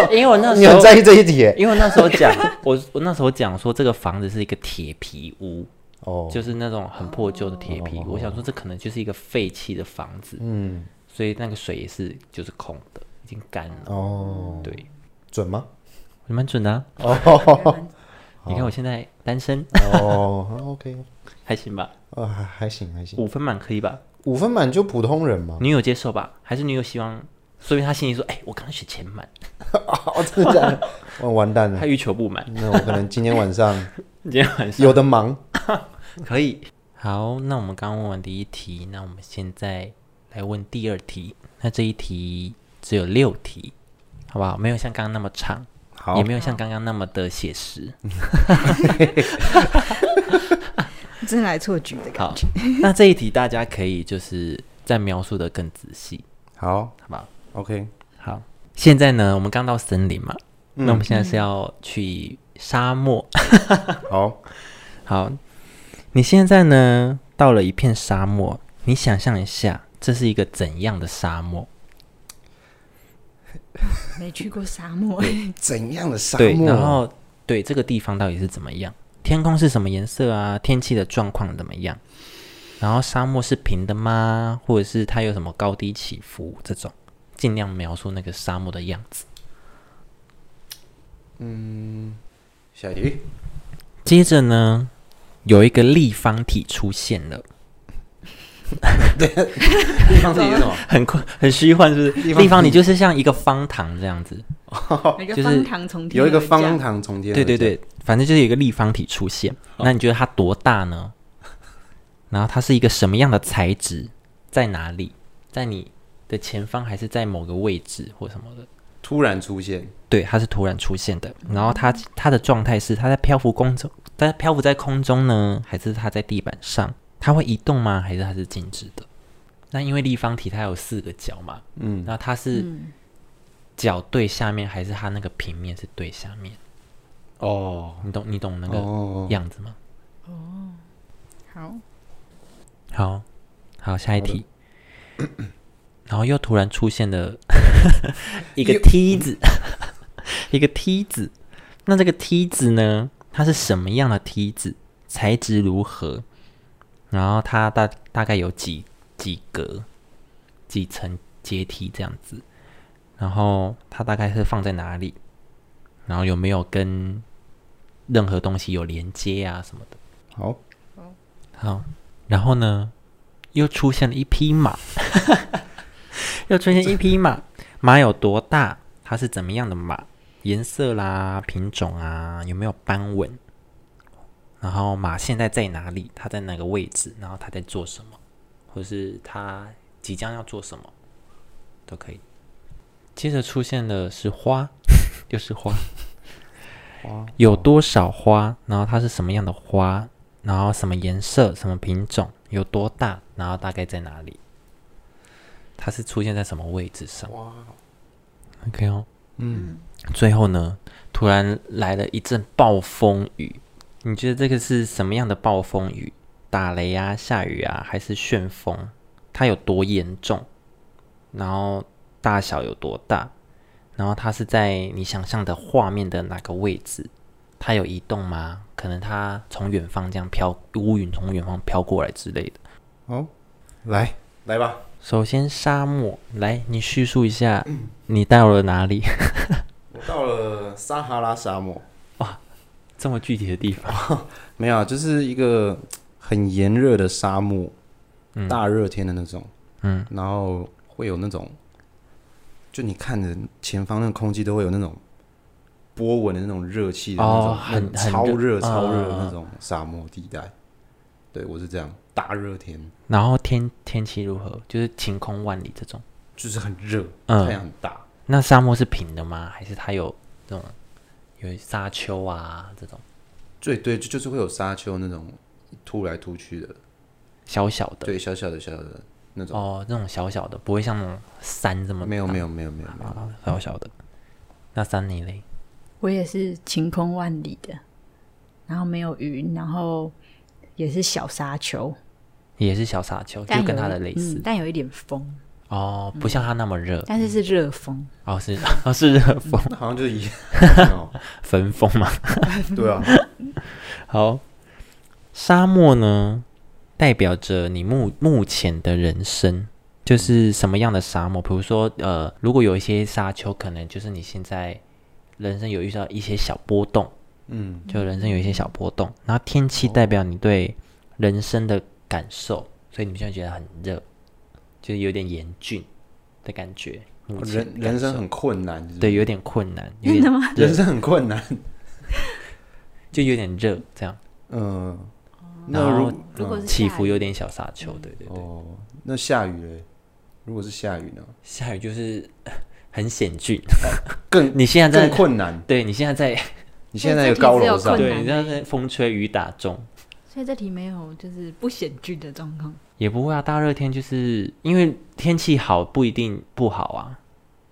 Speaker 1: 因为我那
Speaker 2: 你
Speaker 1: 时候
Speaker 2: 很在意这一题耶
Speaker 1: 因为我那时候讲，我我那时候讲说这个房子是一个铁皮屋，
Speaker 2: 哦，
Speaker 1: 就是那种很破旧的铁皮屋。我想说这可能就是一个废弃的房子，
Speaker 2: 嗯，
Speaker 1: 所以那个水也是就是空的，已经干了。
Speaker 2: 哦，
Speaker 1: 对，
Speaker 2: 准吗？
Speaker 1: 蛮准的啊、
Speaker 2: 哦
Speaker 1: 你看我现在单身，
Speaker 2: 哦，OK，
Speaker 1: 还行吧？
Speaker 2: 呃，还还行还行，
Speaker 1: 五分满可以吧？
Speaker 2: 五分满就普通 人嘛。
Speaker 1: 女友接受吧？还是女友希望？说明她心里说：“哎、我刚刚选前满，
Speaker 2: 哦，真的假 的？哦，完蛋了
Speaker 1: 她，欲求不满。
Speaker 2: 那我可能今天 晚上
Speaker 1: 今天晚上
Speaker 2: 有的忙。
Speaker 1: 可以。好，那我们刚问完第一题，那我们现在来问第二题。那这一题只有六题，好不好？没有像刚刚那么长，
Speaker 2: 好
Speaker 1: 也，没有像刚刚那么的写 实。
Speaker 3: 真来错局的感
Speaker 1: 好
Speaker 3: 觉。，
Speaker 1: 那这一题大家可以就是再描述的更仔细，
Speaker 2: 好
Speaker 1: 好不好？
Speaker 2: ，OK，
Speaker 1: 好，嗯现在呢，我们刚到森林嘛，那我们现在是要去沙漠。
Speaker 2: 好，
Speaker 1: 好，你现在呢到了一片沙漠，你想象一下，这是一个怎样的沙漠？
Speaker 3: 没去过沙漠，
Speaker 2: 怎样的沙
Speaker 1: 对，
Speaker 2: 漠？啊
Speaker 1: 然后对这个地方到底是怎么样？天空是什么颜色啊？天气的状况怎么样？然后沙漠是平的吗？或者是它有什么高低起伏？这种尽量描述那个沙漠的样子。
Speaker 2: 下一题，
Speaker 1: 接着呢，有一个立方体出现了，
Speaker 2: 地方自己是什么？
Speaker 1: 很困很虚幻，是不是？
Speaker 2: 立方体
Speaker 1: 立方体就是像一个方糖这样子。
Speaker 3: 有一个
Speaker 1: 就是
Speaker 3: 方糖从 天
Speaker 2: 有一个
Speaker 3: 而降
Speaker 2: 方糖从天，
Speaker 1: 对对，对，反正就是有一个立方体出现。那你觉得它多大呢？ 然后它是一个什么样的材质？在哪里？在你的前方还是在某个位置或什么的？
Speaker 2: 突然出现，
Speaker 1: 对，它是突然出现的。然后它它的状态是它在漂浮空中，它在漂浮在空中呢，还是它在地板上？它会移动吗？还是它是静止的？那因为立方体它有四个角嘛，
Speaker 2: 嗯，
Speaker 1: 那它是脚对下面，还是它那个平面是对下面？
Speaker 2: 哦，
Speaker 1: 你懂你懂那个
Speaker 2: 哦，
Speaker 1: 样子吗？
Speaker 3: 好，
Speaker 1: 好，好，下一题。 然后又突然出现了一个梯子， 一个梯子。那这个梯子呢？它是什么样的梯子？材质如何？然后它大大概有几几格、几层阶梯这样子。然后它大概是放在哪里？然后有没有跟任何东西有连接啊什么的？
Speaker 2: 好，
Speaker 1: 好，然后呢，又出现了一匹马， 又出现一匹马，马有多大？它是怎么样的马？颜色啦，品种啊，有没有斑纹？然后马现在在哪里？它在哪个位置？然后它在做什么？或是它即将要做什么？都可以。接着出现的是花， 又是花。
Speaker 2: 哇，
Speaker 1: 有多少花，然后它是什么样的花，然后什么颜色、什么品种，有多大，然后大概在哪里，它是出现在什么位置上
Speaker 2: 哇，
Speaker 1: ？OK 哦，
Speaker 2: 嗯，
Speaker 1: 最后呢，突然来了一阵暴风雨，你觉得这个是什么样的暴风雨？打雷啊，下雨啊，还是旋风？它有多严重？然后大小有多大？然后它是在你想象的画面的哪个位置？它有移动吗？可能它从远方这样飘，乌云从远方飘过来之类的。
Speaker 2: 好，来来吧，
Speaker 1: 首先，沙漠，来，你叙述一下你到了哪里？
Speaker 2: 我到了撒哈拉沙漠，
Speaker 1: 这么具体的地方？
Speaker 2: 没有啊，就是一个很炎热的沙漠，大热天的那种，
Speaker 1: 嗯，
Speaker 2: 然后会有那种，就你看着前方那个空气都会有那种波纹的那种热气的那种，
Speaker 1: 哦
Speaker 2: 那
Speaker 1: 很很
Speaker 2: 超
Speaker 1: 热
Speaker 2: 热超热
Speaker 1: 嗯嗯
Speaker 2: 的
Speaker 1: 嗯
Speaker 2: 那种沙漠地带。对我是这样，大热天
Speaker 1: 然后天天气如何？就是晴空万里这种。
Speaker 2: 就是很热，
Speaker 1: 嗯
Speaker 2: 太阳很大，
Speaker 1: 那沙漠是平的吗？还是它有这种有沙丘啊这种
Speaker 2: 最对就就是会有沙丘那种突来突去的，
Speaker 1: 小小的？
Speaker 2: 对，小小的小小的那种，
Speaker 1: 哦，那种小小的，不会像那种山这么
Speaker 2: 没有
Speaker 1: 大
Speaker 2: 没有没有没有没有，
Speaker 1: 啊，小小的。那山你嘞？
Speaker 3: 我也是晴空万里的，然后没有云，然后也是小沙丘，
Speaker 1: 也是小沙丘，
Speaker 3: 但
Speaker 1: 就跟
Speaker 3: 有
Speaker 1: 它
Speaker 3: 一
Speaker 1: 的类
Speaker 3: 嗯
Speaker 1: 似、
Speaker 3: 但有一点风，
Speaker 1: 哦，不像它那么热、
Speaker 3: 但是是热风，
Speaker 1: 哦，是 哦是热风
Speaker 2: 那好像就是一样， 哦
Speaker 1: 焚风嘛。
Speaker 2: 对啊，
Speaker 1: 好，沙漠呢，代表着你目目前的人生，就是什么样的沙漠？比如说，呃，如果有一些沙丘，可能就是你现在人生有遇到一些小波动，
Speaker 2: 嗯，
Speaker 1: 就人生有一些小波动。然后天
Speaker 2: 哦
Speaker 1: 气代表你对人生的感受，所以你们现在觉得很热，就是有点严峻的感觉。目前
Speaker 2: 人
Speaker 1: 的
Speaker 2: 人
Speaker 1: 感
Speaker 2: 生
Speaker 1: 受
Speaker 2: 很困难， 就是
Speaker 1: 对，有点困难，有
Speaker 3: 真的
Speaker 1: 点
Speaker 3: 吗？
Speaker 2: 人生很困难。
Speaker 1: 就有点热这样，
Speaker 2: 嗯，
Speaker 1: 然
Speaker 2: 那
Speaker 1: 后
Speaker 2: 如
Speaker 3: 哦如果是
Speaker 1: 嗯起
Speaker 3: 下
Speaker 1: 伏
Speaker 3: 雨
Speaker 1: 有点小沙丘，对对对。
Speaker 2: 哦，那下雨嘞？如果是下雨呢？
Speaker 1: 下雨就是 呃很险峻。
Speaker 2: 哦更
Speaker 1: 你现在
Speaker 2: 更
Speaker 1: 在，
Speaker 2: 困难。
Speaker 1: 对你现在在，
Speaker 2: 你现在在一个高楼
Speaker 3: 这
Speaker 2: 上
Speaker 3: 题只有
Speaker 1: 对
Speaker 3: 困，难欸
Speaker 1: 你现在在风吹雨打中，
Speaker 3: 所以这题没有就是不险峻的状况，
Speaker 1: 也不会啊。大热天就是因为天气好不一定不好啊，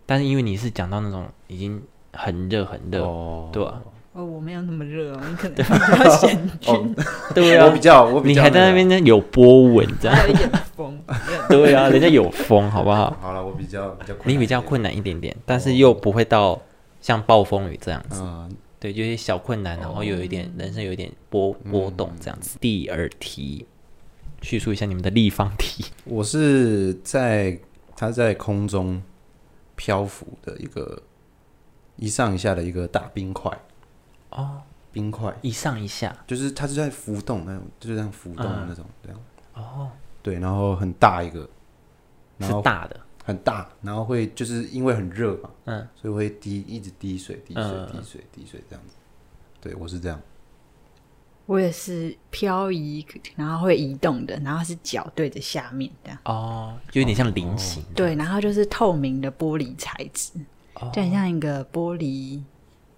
Speaker 1: 但是因为你是讲到那种已经很热很热，
Speaker 2: 哦
Speaker 1: 对啊，
Speaker 3: 哦，我没有那么热哦，你可能比较险
Speaker 1: 哦
Speaker 3: 峻，
Speaker 1: 对
Speaker 2: 我比较啊我比
Speaker 1: 你
Speaker 2: 较啊
Speaker 1: 还在那边呢有波纹这 样，
Speaker 3: 还有一点风， 没有
Speaker 1: 对啊，人家有风好不好？
Speaker 2: 好了，我比较比较困难
Speaker 1: 你比较困难一点点，但是又不会到像暴风雨这样子。
Speaker 2: 嗯，
Speaker 1: 对，就是小困难，然后又有一点、
Speaker 2: 哦
Speaker 1: 人生有一点波
Speaker 2: 嗯
Speaker 1: 波动这样子。第二题，叙述一下你们的立方体。
Speaker 2: 我是在它在空中漂浮的一个一上一下的一个大冰块
Speaker 1: 哦，
Speaker 2: 冰块。
Speaker 1: 一上一下，
Speaker 2: 就是它是在浮动，那种就是这样浮动的那种，这样
Speaker 1: 嗯哦，
Speaker 2: 对，然后很大一个，然
Speaker 1: 是
Speaker 2: 后
Speaker 1: 大的，
Speaker 2: 很大，然后会就是因为很热嘛，
Speaker 1: 嗯，
Speaker 2: 所以会滴一直滴水，滴水
Speaker 1: 嗯，
Speaker 2: 滴水，滴水这样子。对，我 是这样。
Speaker 3: 我也是漂移，然后会移动的，然后是脚对着下面这样。
Speaker 1: 哦，就有点像菱形，
Speaker 3: 对，然后就是透明的玻璃材质，就很像一个玻璃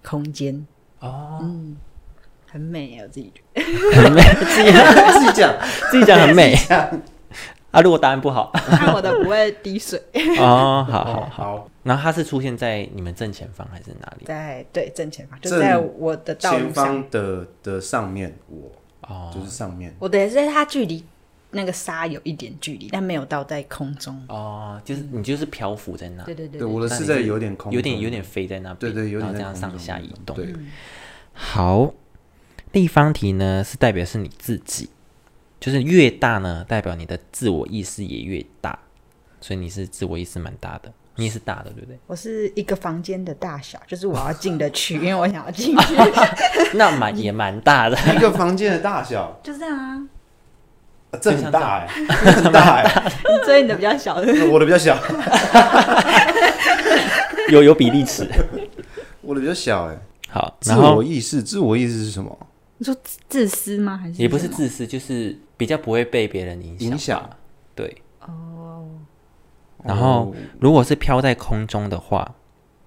Speaker 3: 空间，
Speaker 1: 哦，
Speaker 3: 很美啊，我自己觉得。
Speaker 1: 很美，自己
Speaker 2: 自己讲，
Speaker 1: 自己讲很 美 啊。如果答案不好，
Speaker 3: 看我的不会滴水，
Speaker 1: 哦，好好
Speaker 2: 好
Speaker 1: 好。
Speaker 2: 好，
Speaker 1: 然后它是出现在你们正前方还是哪里？
Speaker 3: 在对正前方，就
Speaker 2: 正
Speaker 3: 在我的道
Speaker 2: 前
Speaker 3: 路上。
Speaker 2: 方的的上面，我
Speaker 1: 哦
Speaker 2: 就是上面，
Speaker 3: 我的也是在它距离那个沙有一点距离，但没有到在空中。
Speaker 1: 哦，就是你就是漂浮在那，
Speaker 3: 对对对
Speaker 2: 对，我的
Speaker 1: 那
Speaker 2: 是
Speaker 1: 你
Speaker 2: 在
Speaker 1: 是
Speaker 2: 有点空，
Speaker 1: 有点有，点飞在那边，
Speaker 2: 对对，有
Speaker 1: 然后
Speaker 2: 点在
Speaker 1: 这样
Speaker 2: 空
Speaker 1: 上
Speaker 2: 中
Speaker 1: 下
Speaker 2: 那
Speaker 1: 移
Speaker 2: 种
Speaker 1: 动。
Speaker 2: 对，
Speaker 1: 好，立方体呢是代表是你自己，就是越大呢，代表你的自我意识也越大，所以你是自我意识蛮大的，你也是大的，对不 对？
Speaker 3: 我是一个房间的大小，就是我要进得去，因为我想要进去，
Speaker 1: 那蛮也蛮大的，
Speaker 2: 一个房间的大小，
Speaker 3: 就这样 啊。
Speaker 2: 啊 这很大哎，很大哎，
Speaker 3: 你追你的比较小的，
Speaker 2: 我的比较小，
Speaker 1: 有有比例尺。
Speaker 2: 我的比较小哎，
Speaker 1: 好，
Speaker 2: 自
Speaker 1: 然
Speaker 2: 我
Speaker 1: 后
Speaker 2: 意识，自我意识是什么？
Speaker 3: 你说自自私吗？还是
Speaker 1: 也不是
Speaker 3: 什么
Speaker 1: 自私，就是比较不会被别人影响吧。
Speaker 2: 影响
Speaker 1: 对，
Speaker 3: 哦，
Speaker 1: 然后
Speaker 2: 哦
Speaker 1: 如果是飘在空中的话，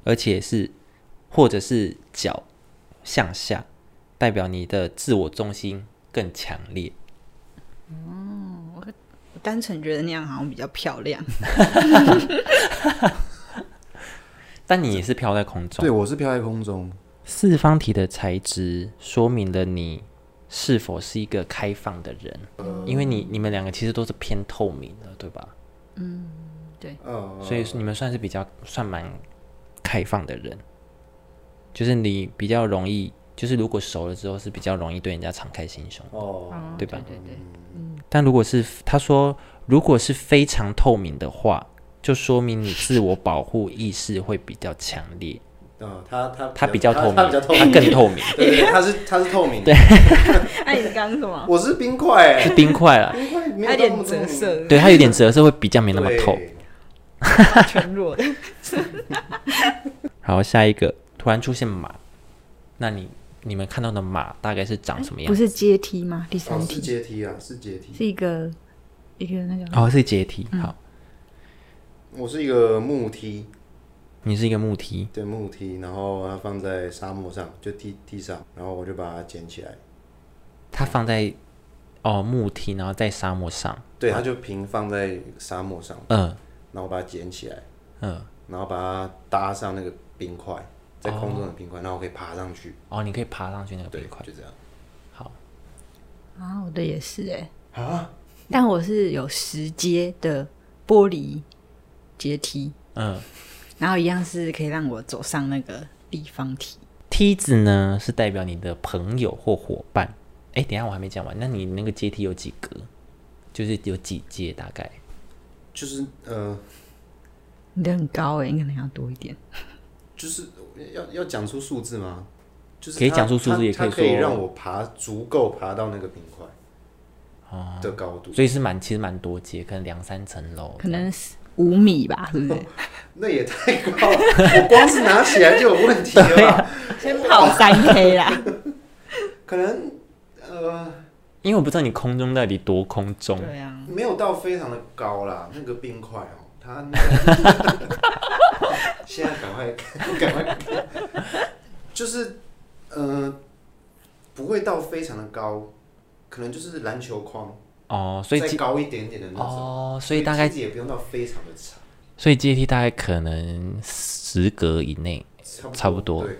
Speaker 1: 而且是或者是脚向下，代表你的自我中心更强烈。
Speaker 3: 我单纯觉得那样好像比较漂 亮。
Speaker 1: 但你也是飘在空中
Speaker 2: 对，。我是飘在空中，
Speaker 1: 四方体的材质说明了你是否是一个开放的人，因为你你们两个其实都是偏透明的，对吧？
Speaker 2: 嗯，
Speaker 1: 所以你们算是比较算蛮开放的人，就是你比较容易，就是如果熟了之后是比较容易对人家敞开心胸。
Speaker 3: 嗯
Speaker 2: 哦，
Speaker 1: 对吧
Speaker 3: 对对对，
Speaker 2: 嗯
Speaker 1: 但如果是他说，如果是非常透明的话，就说明你自我保护意识会比较强烈，
Speaker 2: 嗯，他他
Speaker 1: 它比较透明，
Speaker 2: 他比较透明，
Speaker 1: 更透 明，
Speaker 2: 对，对对他是他是透明，对，
Speaker 3: 哎，你刚刚什 么？
Speaker 2: 我是冰块哎，
Speaker 1: 冰块啦，
Speaker 2: 冰块没
Speaker 3: 有
Speaker 2: 有
Speaker 3: 点折，射，
Speaker 1: 对，它有点折射，会比较没那
Speaker 2: 没
Speaker 1: 么透。
Speaker 3: 全裸的。
Speaker 1: 好，下一个突然出现马，那你你们看到的马大概是长什么样
Speaker 3: 不？是阶梯吗？第
Speaker 2: 哦，
Speaker 3: 三
Speaker 2: 是
Speaker 3: 题
Speaker 2: 阶梯啊，是阶梯。
Speaker 3: 是一个一个那个
Speaker 1: 哦，是阶梯。
Speaker 3: 嗯
Speaker 1: 好，
Speaker 2: 我是一个木梯，
Speaker 1: 你是一个木梯，
Speaker 2: 对木梯，然后它放在沙漠上，就地地上，然后我就把它捡起来，
Speaker 1: 它放在哦木梯，然后在沙漠上。
Speaker 2: 对，它就平放在沙漠上，
Speaker 1: 嗯
Speaker 2: 然后我把它捡起来，
Speaker 1: 嗯，
Speaker 2: 然后把它搭上那个冰块，在空中的冰块，然后我可以爬上去，
Speaker 1: 哦，你可以爬上去那个
Speaker 2: 对
Speaker 1: 冰块，。
Speaker 2: 就这样。
Speaker 1: 好，
Speaker 3: 啊，我的也是哎，
Speaker 2: 啊，
Speaker 3: 但我是有十阶的玻璃阶梯，
Speaker 1: 嗯，
Speaker 3: 然后一样是可以让我走上那个立方体。
Speaker 1: 梯子呢是代表你的朋友或伙伴。哎，等一下我还没讲完，那你那个阶梯有几格？就是有几阶大概？
Speaker 2: 就是呃，
Speaker 3: 你的很高哎，你可能要多一点。
Speaker 2: 就是要要讲出数字吗？就是
Speaker 1: 可以
Speaker 2: 它
Speaker 1: 讲出数字
Speaker 2: 它
Speaker 1: 也可以
Speaker 2: 它可以
Speaker 1: 说
Speaker 2: 让我爬足够爬到那个冰块的高度，
Speaker 1: 哦所以是蛮其实蛮多阶，可能两三层楼这样。
Speaker 3: 可能是五米吧，是不是？
Speaker 2: 那也太高了，我光是拿起来就有问题了
Speaker 1: 啊
Speaker 2: 吧？
Speaker 3: 先跑三 K 啦，
Speaker 2: 可能呃
Speaker 1: 因为我不知道你空中到底多空中。
Speaker 3: 对啊，
Speaker 2: 没有到非常的高啦，那个冰块哦、它那个 现在赶快赶快，就是呃不会到非常的高，可能就是篮球框
Speaker 1: 哦，所以
Speaker 2: 再
Speaker 1: 阶
Speaker 2: 高一点点的那种，
Speaker 1: 哦，所以大概
Speaker 2: 其实也不用到非常的长，
Speaker 1: 所以阶梯大概可能十格以内。
Speaker 2: 差
Speaker 1: 差不多
Speaker 2: 对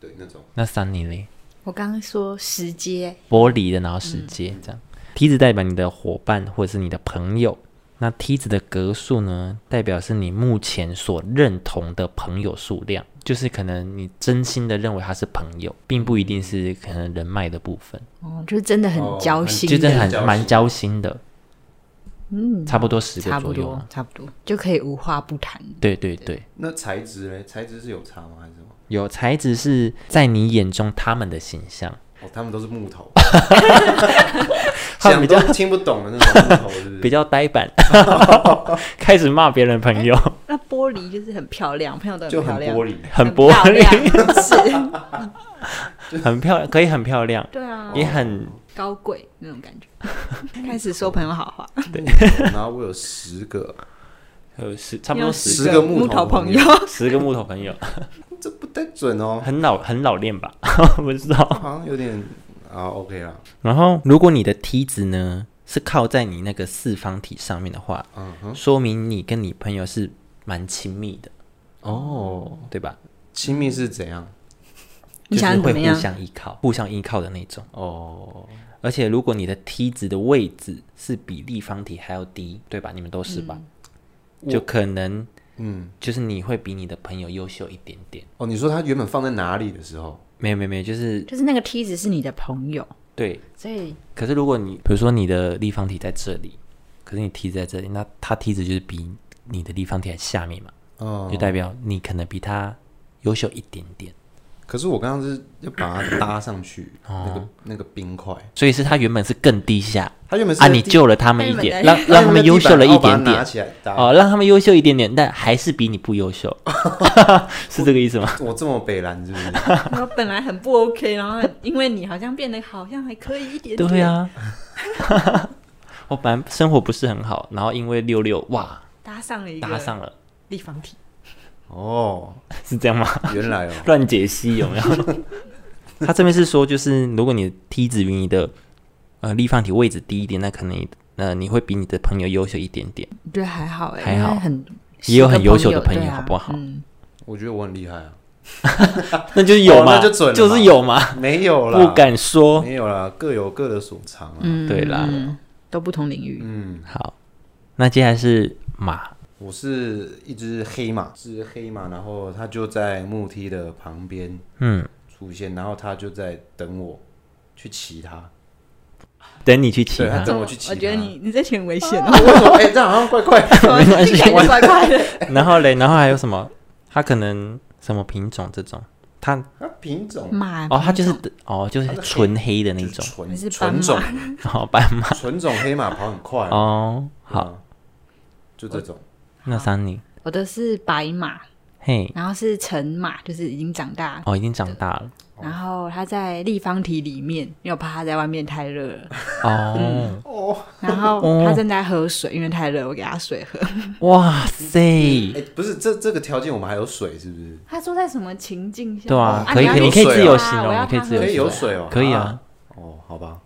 Speaker 2: 对那种
Speaker 1: 那三你嘞？
Speaker 3: 我刚刚说十阶，
Speaker 1: 玻璃的，然后十阶、这样。梯子代表你的伙伴或者是你的朋友。那梯子的格数呢，代表是你目前所认同的朋友数量，就是可能你真心的认为他是朋友，并不一定是可能人脉的部分，
Speaker 3: 哦，就是真的很
Speaker 2: 哦
Speaker 3: 交
Speaker 2: 很
Speaker 3: 心
Speaker 1: 就
Speaker 3: 的，
Speaker 1: 真的
Speaker 2: 交
Speaker 1: 很
Speaker 2: 心
Speaker 1: 蛮交心的，
Speaker 3: 嗯，
Speaker 1: 差不多十
Speaker 3: 差
Speaker 1: 个
Speaker 3: 不
Speaker 1: 左右
Speaker 3: 多
Speaker 1: 嘛。，
Speaker 3: 差不多就可以无话不谈。
Speaker 1: 对对对，
Speaker 2: 那材质嘞，材质是有差吗？还是什么？
Speaker 1: 有材质是在你眼中他们的形象，
Speaker 2: 哦，他们都是木头，
Speaker 1: 他们
Speaker 2: 讲
Speaker 1: 比较
Speaker 2: 都听不懂的那种木头，是不
Speaker 1: 比
Speaker 2: 是？
Speaker 1: 较呆板，开始骂别人 朋友，
Speaker 3: 那玻璃就是很漂亮，朋友都
Speaker 2: 就
Speaker 3: 漂
Speaker 2: 很
Speaker 3: 亮，
Speaker 2: 玻璃，
Speaker 1: 很玻
Speaker 3: 漂
Speaker 1: 璃，
Speaker 3: 亮，是，
Speaker 1: 很漂亮，可以很漂亮，
Speaker 3: 对啊，
Speaker 1: 也很
Speaker 3: 高贵那 种感觉。开始说朋友好话，
Speaker 2: 然后我有十个，
Speaker 1: 还有呃十差不多
Speaker 3: 有
Speaker 2: 十
Speaker 1: 十
Speaker 2: 个木
Speaker 3: 木
Speaker 2: 头
Speaker 3: 头
Speaker 2: 朋
Speaker 3: 朋友，
Speaker 1: 十个木头 朋友，
Speaker 2: 这不太准哦，
Speaker 1: 很老很老练 吧，不知道。
Speaker 2: 好像有点啊 OK 啦，
Speaker 1: 然后，如果你的梯子呢是靠在你那个四方体上面的话，
Speaker 2: 嗯哼，
Speaker 1: 说明你跟你朋友是蛮亲密的哦，对吧？
Speaker 2: 亲密是怎样？
Speaker 1: 就
Speaker 3: 你
Speaker 1: 是
Speaker 3: 想
Speaker 1: 会
Speaker 3: 怎
Speaker 1: 互
Speaker 3: 么样？
Speaker 1: 相依靠、互相依靠的那种。
Speaker 2: 哦，
Speaker 1: 而且，如果你的梯子的位置是比立方体还要低，对吧？你们都是吧？就可能
Speaker 2: 嗯，
Speaker 1: 就是你会比你的朋友优秀一点点。
Speaker 2: 哦，你说他原本放在哪里的时候，
Speaker 1: 没有没有没有，就是
Speaker 3: 就是那个梯子是你的朋友，
Speaker 1: 对。
Speaker 3: 所以
Speaker 1: 可是如果你比如说你的立方体在这里，可是你梯子在这里，那它梯子就是比你的立方体还下面嘛，
Speaker 2: 哦
Speaker 1: 就，代表你可能比他优秀一点点。
Speaker 2: 可是我刚刚是要把它搭上去，
Speaker 1: 哦
Speaker 2: 那个那个冰块，
Speaker 1: 所以是他原本是更低下
Speaker 2: 他原本是
Speaker 1: 啊，
Speaker 2: 在
Speaker 1: 你
Speaker 2: 地
Speaker 1: 救了他们一点，
Speaker 3: 他
Speaker 1: 让
Speaker 3: 原本
Speaker 1: 让他们优秀了一
Speaker 2: 然后
Speaker 1: 点
Speaker 2: 把它拿
Speaker 1: 点
Speaker 2: 起来搭，
Speaker 1: 哦，让他们优秀一点点，但还是比你不优秀， 是这个意思吗？
Speaker 2: 我这么北蓝是不是？
Speaker 3: 我本来很不 OK，然后因为你好像变得好像还可以一点点，
Speaker 1: 对，啊， 我本来生活不是很好，然后因为六六哇
Speaker 3: 搭上了一个
Speaker 1: 搭上了，
Speaker 3: 立方体，
Speaker 2: 哦，
Speaker 1: 是这样吗？
Speaker 2: 原来哦，
Speaker 1: 乱解析有没有？ 他这边是说，就是如果你的梯子比你的呃立方体位置低一点，那可能你呃你会比你的朋友优秀一点点，
Speaker 3: 我觉得还好哎、
Speaker 1: 还好
Speaker 3: 因为很
Speaker 1: 也有很优秀的
Speaker 3: 十个
Speaker 1: 朋友
Speaker 3: 对啊
Speaker 1: 好不好
Speaker 3: 嗯，
Speaker 2: 我觉得我很厉害啊，
Speaker 1: 那就是有嘛，
Speaker 2: 哦那就准了嘛
Speaker 1: 是有嘛，
Speaker 2: 没有啦，
Speaker 1: 不敢说。
Speaker 2: 没有啦，各有各的所长啊。
Speaker 3: 嗯
Speaker 1: 对啦
Speaker 3: 嗯都不同领域，
Speaker 2: 嗯，
Speaker 1: 好，那接下来是马，
Speaker 2: 我是一只黑马，是黑马，然后它就在木梯的旁边
Speaker 1: 嗯，
Speaker 2: 出现，然后它就在等我去骑它。
Speaker 1: 等你去骑
Speaker 2: 对它
Speaker 1: 它。
Speaker 2: 等我去骑它。
Speaker 3: 我觉得你你这群很危险哦、
Speaker 2: 啊，为什么？哎、这样好像怪怪的。
Speaker 3: 我
Speaker 1: 没关 系
Speaker 3: 听起来就怪怪的。
Speaker 1: 然后嘞，然后还有什么？它可能什么品种这种，它
Speaker 2: 它品种
Speaker 3: 马
Speaker 1: 哦，它就是哦，就是
Speaker 2: 它是黑
Speaker 1: 纯黑的那
Speaker 2: 就是
Speaker 1: 种，
Speaker 3: 你
Speaker 2: 纯
Speaker 3: 是
Speaker 2: 纯种
Speaker 3: 斑
Speaker 1: 哦，斑马
Speaker 2: 纯种黑马跑很快、啊。
Speaker 1: 哦。好，
Speaker 2: 嗯，就这种。
Speaker 1: 那桑尼，
Speaker 3: 我的是白马，
Speaker 1: 嘿，
Speaker 3: 然后是成马，就是已经长大，
Speaker 1: 哦，已经长大了
Speaker 3: 然后它在立方体里面，因为我怕它在外面太热了。
Speaker 1: 哦。
Speaker 2: 哦，
Speaker 3: 然后
Speaker 1: 哦
Speaker 3: 它正在喝水，因为太热，我给它水喝。
Speaker 1: 哇塞！
Speaker 2: 哎、不是，这这个条件我们还有水是不是？
Speaker 3: 他说在什么情境下？
Speaker 1: 对啊
Speaker 3: 哦
Speaker 1: 可以
Speaker 3: 你要
Speaker 2: 可以可
Speaker 3: 有
Speaker 2: 以
Speaker 3: 水
Speaker 2: 自由
Speaker 3: 啊
Speaker 1: 形容
Speaker 3: 我要
Speaker 1: 你可以
Speaker 3: 他
Speaker 1: 自由
Speaker 3: 喝
Speaker 2: 可以
Speaker 1: 形容
Speaker 2: 有水哦，
Speaker 1: 可以啊
Speaker 2: 哦，好吧，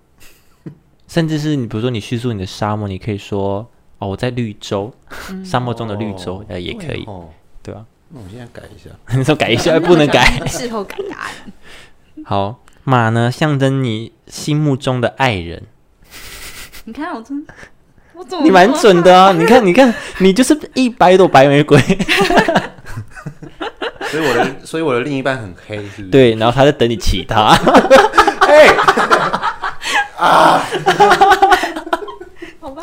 Speaker 1: 甚至是你比如说你叙述你的沙漠，你可以说哦，我在绿洲，沙漠中的绿洲，
Speaker 2: 嗯哦
Speaker 1: 呃，也可以
Speaker 2: 对，哦。
Speaker 1: 对吧、
Speaker 2: 那我现在改一下，
Speaker 1: 你说改一下，
Speaker 3: 那
Speaker 1: 不能改。
Speaker 3: 那事后改答案。
Speaker 1: 好，马呢象征你心目中的爱 人，
Speaker 3: 你看我真，我怎么
Speaker 1: 你蛮准的啊！你看，你看，你就是一百朵白玫瑰，
Speaker 2: 所以我的 所以我的另一半很黑，是不是？，
Speaker 1: 对，然后他在等你骑他，
Speaker 2: 哎、
Speaker 3: 好吧？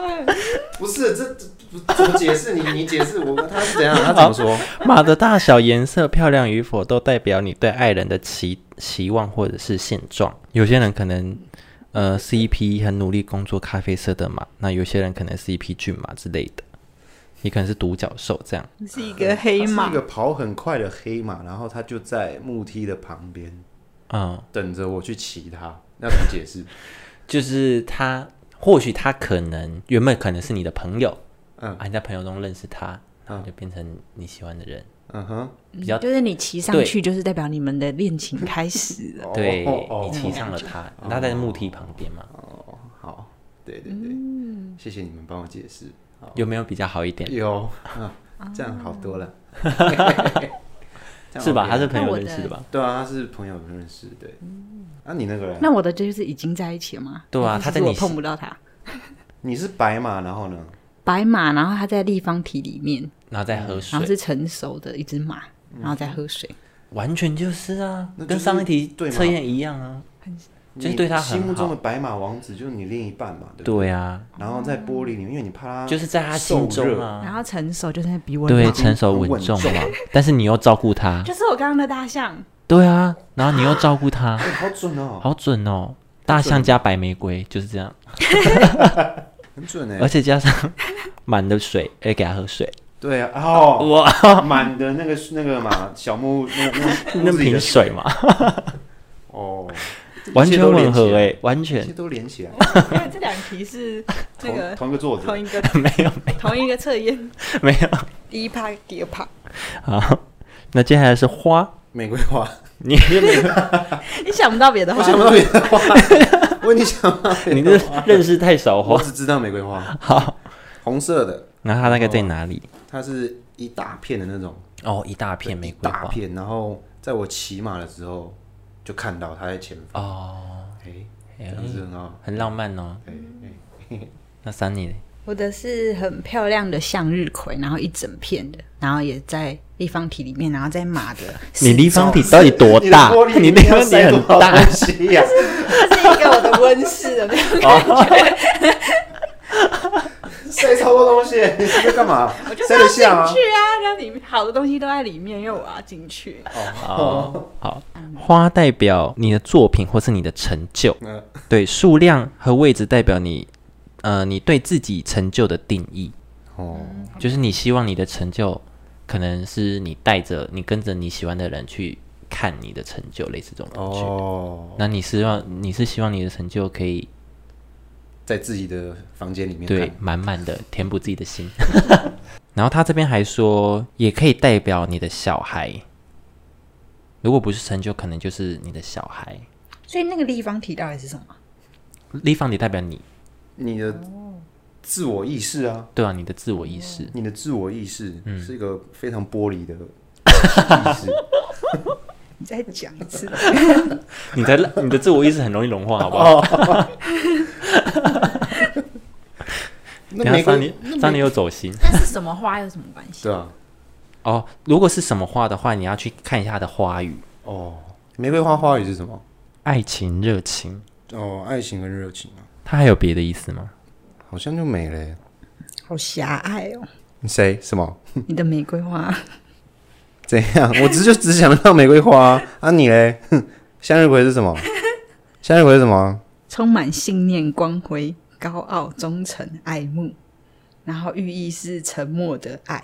Speaker 2: 不是这这这怎么解释？你你解释我，他是怎样？他怎么说？
Speaker 1: 马的大小、颜色、漂亮与否，都代表你对爱人的期期望或者是现状。有些人可能，呃，是一匹很努力工作、咖啡色的马；那有些人可能是一匹骏马之类的，也可能是独角兽这样。
Speaker 3: 你是一
Speaker 1: 嗯
Speaker 3: 个黑
Speaker 2: 他
Speaker 3: 马
Speaker 2: 是一，个跑很快的黑马，然后他就在木梯的旁边
Speaker 1: 嗯，
Speaker 2: 等着我去骑他。那怎么解释？
Speaker 1: 就是他，或许他可能原本可能是你的朋友，
Speaker 2: 嗯
Speaker 1: 啊，你在朋友中认识他，然后就变成你喜欢的人。
Speaker 2: 嗯哼，
Speaker 1: 比较
Speaker 3: 就是你骑上
Speaker 1: 对
Speaker 3: 去，就是代表你们的恋情开始 了。
Speaker 1: 对，
Speaker 2: 哦哦
Speaker 1: 你骑上了他，他在木梯旁边嘛，
Speaker 2: 哦，好，对对对，谢谢你们帮我解释。
Speaker 1: 有没有比较好一点？
Speaker 2: 有，嗯，这样好 多了， 这样
Speaker 1: 是吧？
Speaker 2: OK 啊
Speaker 1: 他是朋
Speaker 3: 那
Speaker 1: 友
Speaker 3: 我
Speaker 1: 认识
Speaker 3: 的
Speaker 1: 的吧？
Speaker 2: 对啊，他是朋友认识，对。那、你那个人，
Speaker 3: 那我的就是已经在一起了吗？
Speaker 1: 对啊
Speaker 3: 还是
Speaker 1: 他在
Speaker 3: 是
Speaker 1: 你
Speaker 3: 我碰不到他。
Speaker 2: 你是白马，然后呢？
Speaker 3: 白马，然后它在立方体里面，
Speaker 1: 然后在喝水
Speaker 3: 然啊后，是成熟的一只马，然后在喝水。
Speaker 1: 完全就是啊，
Speaker 2: 那就是
Speaker 1: 跟上一题
Speaker 2: 对嘛
Speaker 1: 测验一样啊。就是
Speaker 2: 你
Speaker 1: 对他很
Speaker 2: 心目中
Speaker 1: 好
Speaker 2: 的白马王子就是你另一半嘛，对不对？
Speaker 1: 对啊，
Speaker 2: 然后在玻璃里面，因为你怕他
Speaker 1: 就是在他心中
Speaker 3: 然
Speaker 1: 啊，
Speaker 3: 后成熟就是比我
Speaker 1: 对
Speaker 3: 老
Speaker 1: 成熟稳重嘛， 但是你又照顾他，
Speaker 3: 就是我刚刚的大象，
Speaker 1: 对啊，然后你又照顾他，
Speaker 2: 哎好准哦，
Speaker 1: 好准哦。大象加白玫瑰就是这样，
Speaker 2: 很准
Speaker 1: 而
Speaker 2: 哎。
Speaker 1: 且加上 满的水，哎，给他喝水，
Speaker 2: 对啊，哦，
Speaker 1: 哇，
Speaker 2: 满的那个那个嘛，小木那个那个
Speaker 1: 那
Speaker 2: 屋子里
Speaker 1: 瓶
Speaker 2: 的
Speaker 1: 水嘛，
Speaker 2: 哦，
Speaker 4: 完全
Speaker 2: 一切
Speaker 4: 吻
Speaker 2: 都连起
Speaker 4: 合
Speaker 2: 来
Speaker 4: 哎、完全
Speaker 2: 这些都连起来，
Speaker 3: 因为这两题是那
Speaker 2: 同同
Speaker 3: 哦个
Speaker 2: 一个作者
Speaker 3: 同，一个
Speaker 4: 没有
Speaker 3: 同一个测验，
Speaker 4: 没有。
Speaker 3: 第一趴第二趴，
Speaker 4: 好，那接下来是 花，
Speaker 2: 玫瑰花，
Speaker 4: 你你
Speaker 3: 你 想不到别的
Speaker 2: 我
Speaker 3: 话，
Speaker 2: 想不到别的花，我已经想不到别的
Speaker 4: 你这认识太少
Speaker 2: 我
Speaker 4: 花。
Speaker 2: 只知道玫瑰花，
Speaker 4: 好，
Speaker 2: 红色的，
Speaker 4: 然后它大概在哪里？
Speaker 2: 它是一大片的那种，
Speaker 1: 哦，一大片玫
Speaker 2: 一
Speaker 1: 瑰
Speaker 2: 大
Speaker 1: 花，
Speaker 2: 片，然后在我骑马的时候就看到它在前方，哦，哎，这样子很好，
Speaker 1: 很浪漫哦。
Speaker 2: 哎哎，
Speaker 1: 那 Sunny 嘞
Speaker 3: 我的是很漂亮的向日葵，然后一整片的，然后也在立方体里面，然后在马的四
Speaker 4: 你立
Speaker 3: 周
Speaker 4: 方体到底多大
Speaker 2: 你的玻璃？
Speaker 4: 你立方
Speaker 2: 要
Speaker 4: 体
Speaker 2: 塞
Speaker 4: 很
Speaker 2: 多少
Speaker 4: 大
Speaker 2: 东，西啊呀，
Speaker 3: 这是一个我的温室的那种感觉。
Speaker 2: 塞超多东西，你在干嘛？
Speaker 3: 我就是
Speaker 2: 塞
Speaker 3: 要
Speaker 2: 得
Speaker 3: 进去
Speaker 2: 下吗？
Speaker 3: 啊，那里面好的东西都在里面，因为我要进去。
Speaker 4: 哦，好，花代表你的作品或是你的成就，
Speaker 2: 嗯
Speaker 4: 对，数量和位置代表你，呃，你对自己成就的定义，
Speaker 2: 哦，
Speaker 1: 就是你希望你的成就，可能是你带着你跟着你喜欢的人去看你的成就，类似这种感觉。
Speaker 2: 哦，
Speaker 1: 那你希望你是希望你的成就可以
Speaker 2: 在自己的房间里面
Speaker 1: 对
Speaker 2: 看，
Speaker 1: 满满的填补自己的心。 然后他这边还说，也可以代表你的小孩，如果不是成就，可能就是你的小孩。
Speaker 3: 所以那个立方体到底是什么？
Speaker 1: 立方体代表你，
Speaker 2: 你的自我意识啊，
Speaker 1: 对啊，你的自我意识。
Speaker 2: 你的自我意识是一个非常玻璃的意识，
Speaker 3: 你再讲一 次。
Speaker 1: 你的你的自我意识很容易融化，好不好？
Speaker 2: 那
Speaker 1: 等一下桑
Speaker 2: 玫瑰
Speaker 1: 尼桑尼又走心
Speaker 3: 但是什么花有什么关系？
Speaker 2: 对啊，
Speaker 1: 哦。如果是什么花的话，你要去看一下它的花语，
Speaker 2: 哦，玫瑰花花语是什么？
Speaker 1: 爱情、热情，
Speaker 2: 哦，爱情跟热情啊，
Speaker 1: 它还有别的意思吗？
Speaker 2: 好像就没了耶。
Speaker 3: 好狭隘哦！
Speaker 2: 谁？什么？
Speaker 3: 你的玫瑰花，
Speaker 2: 怎样？ 我只就只想得到玫瑰花啊！啊你嘞？ 哼向日葵是什么？ 向日葵是什么？
Speaker 3: 充满信念、光辉、高傲、忠诚、爱慕，然后寓意是沉默的爱。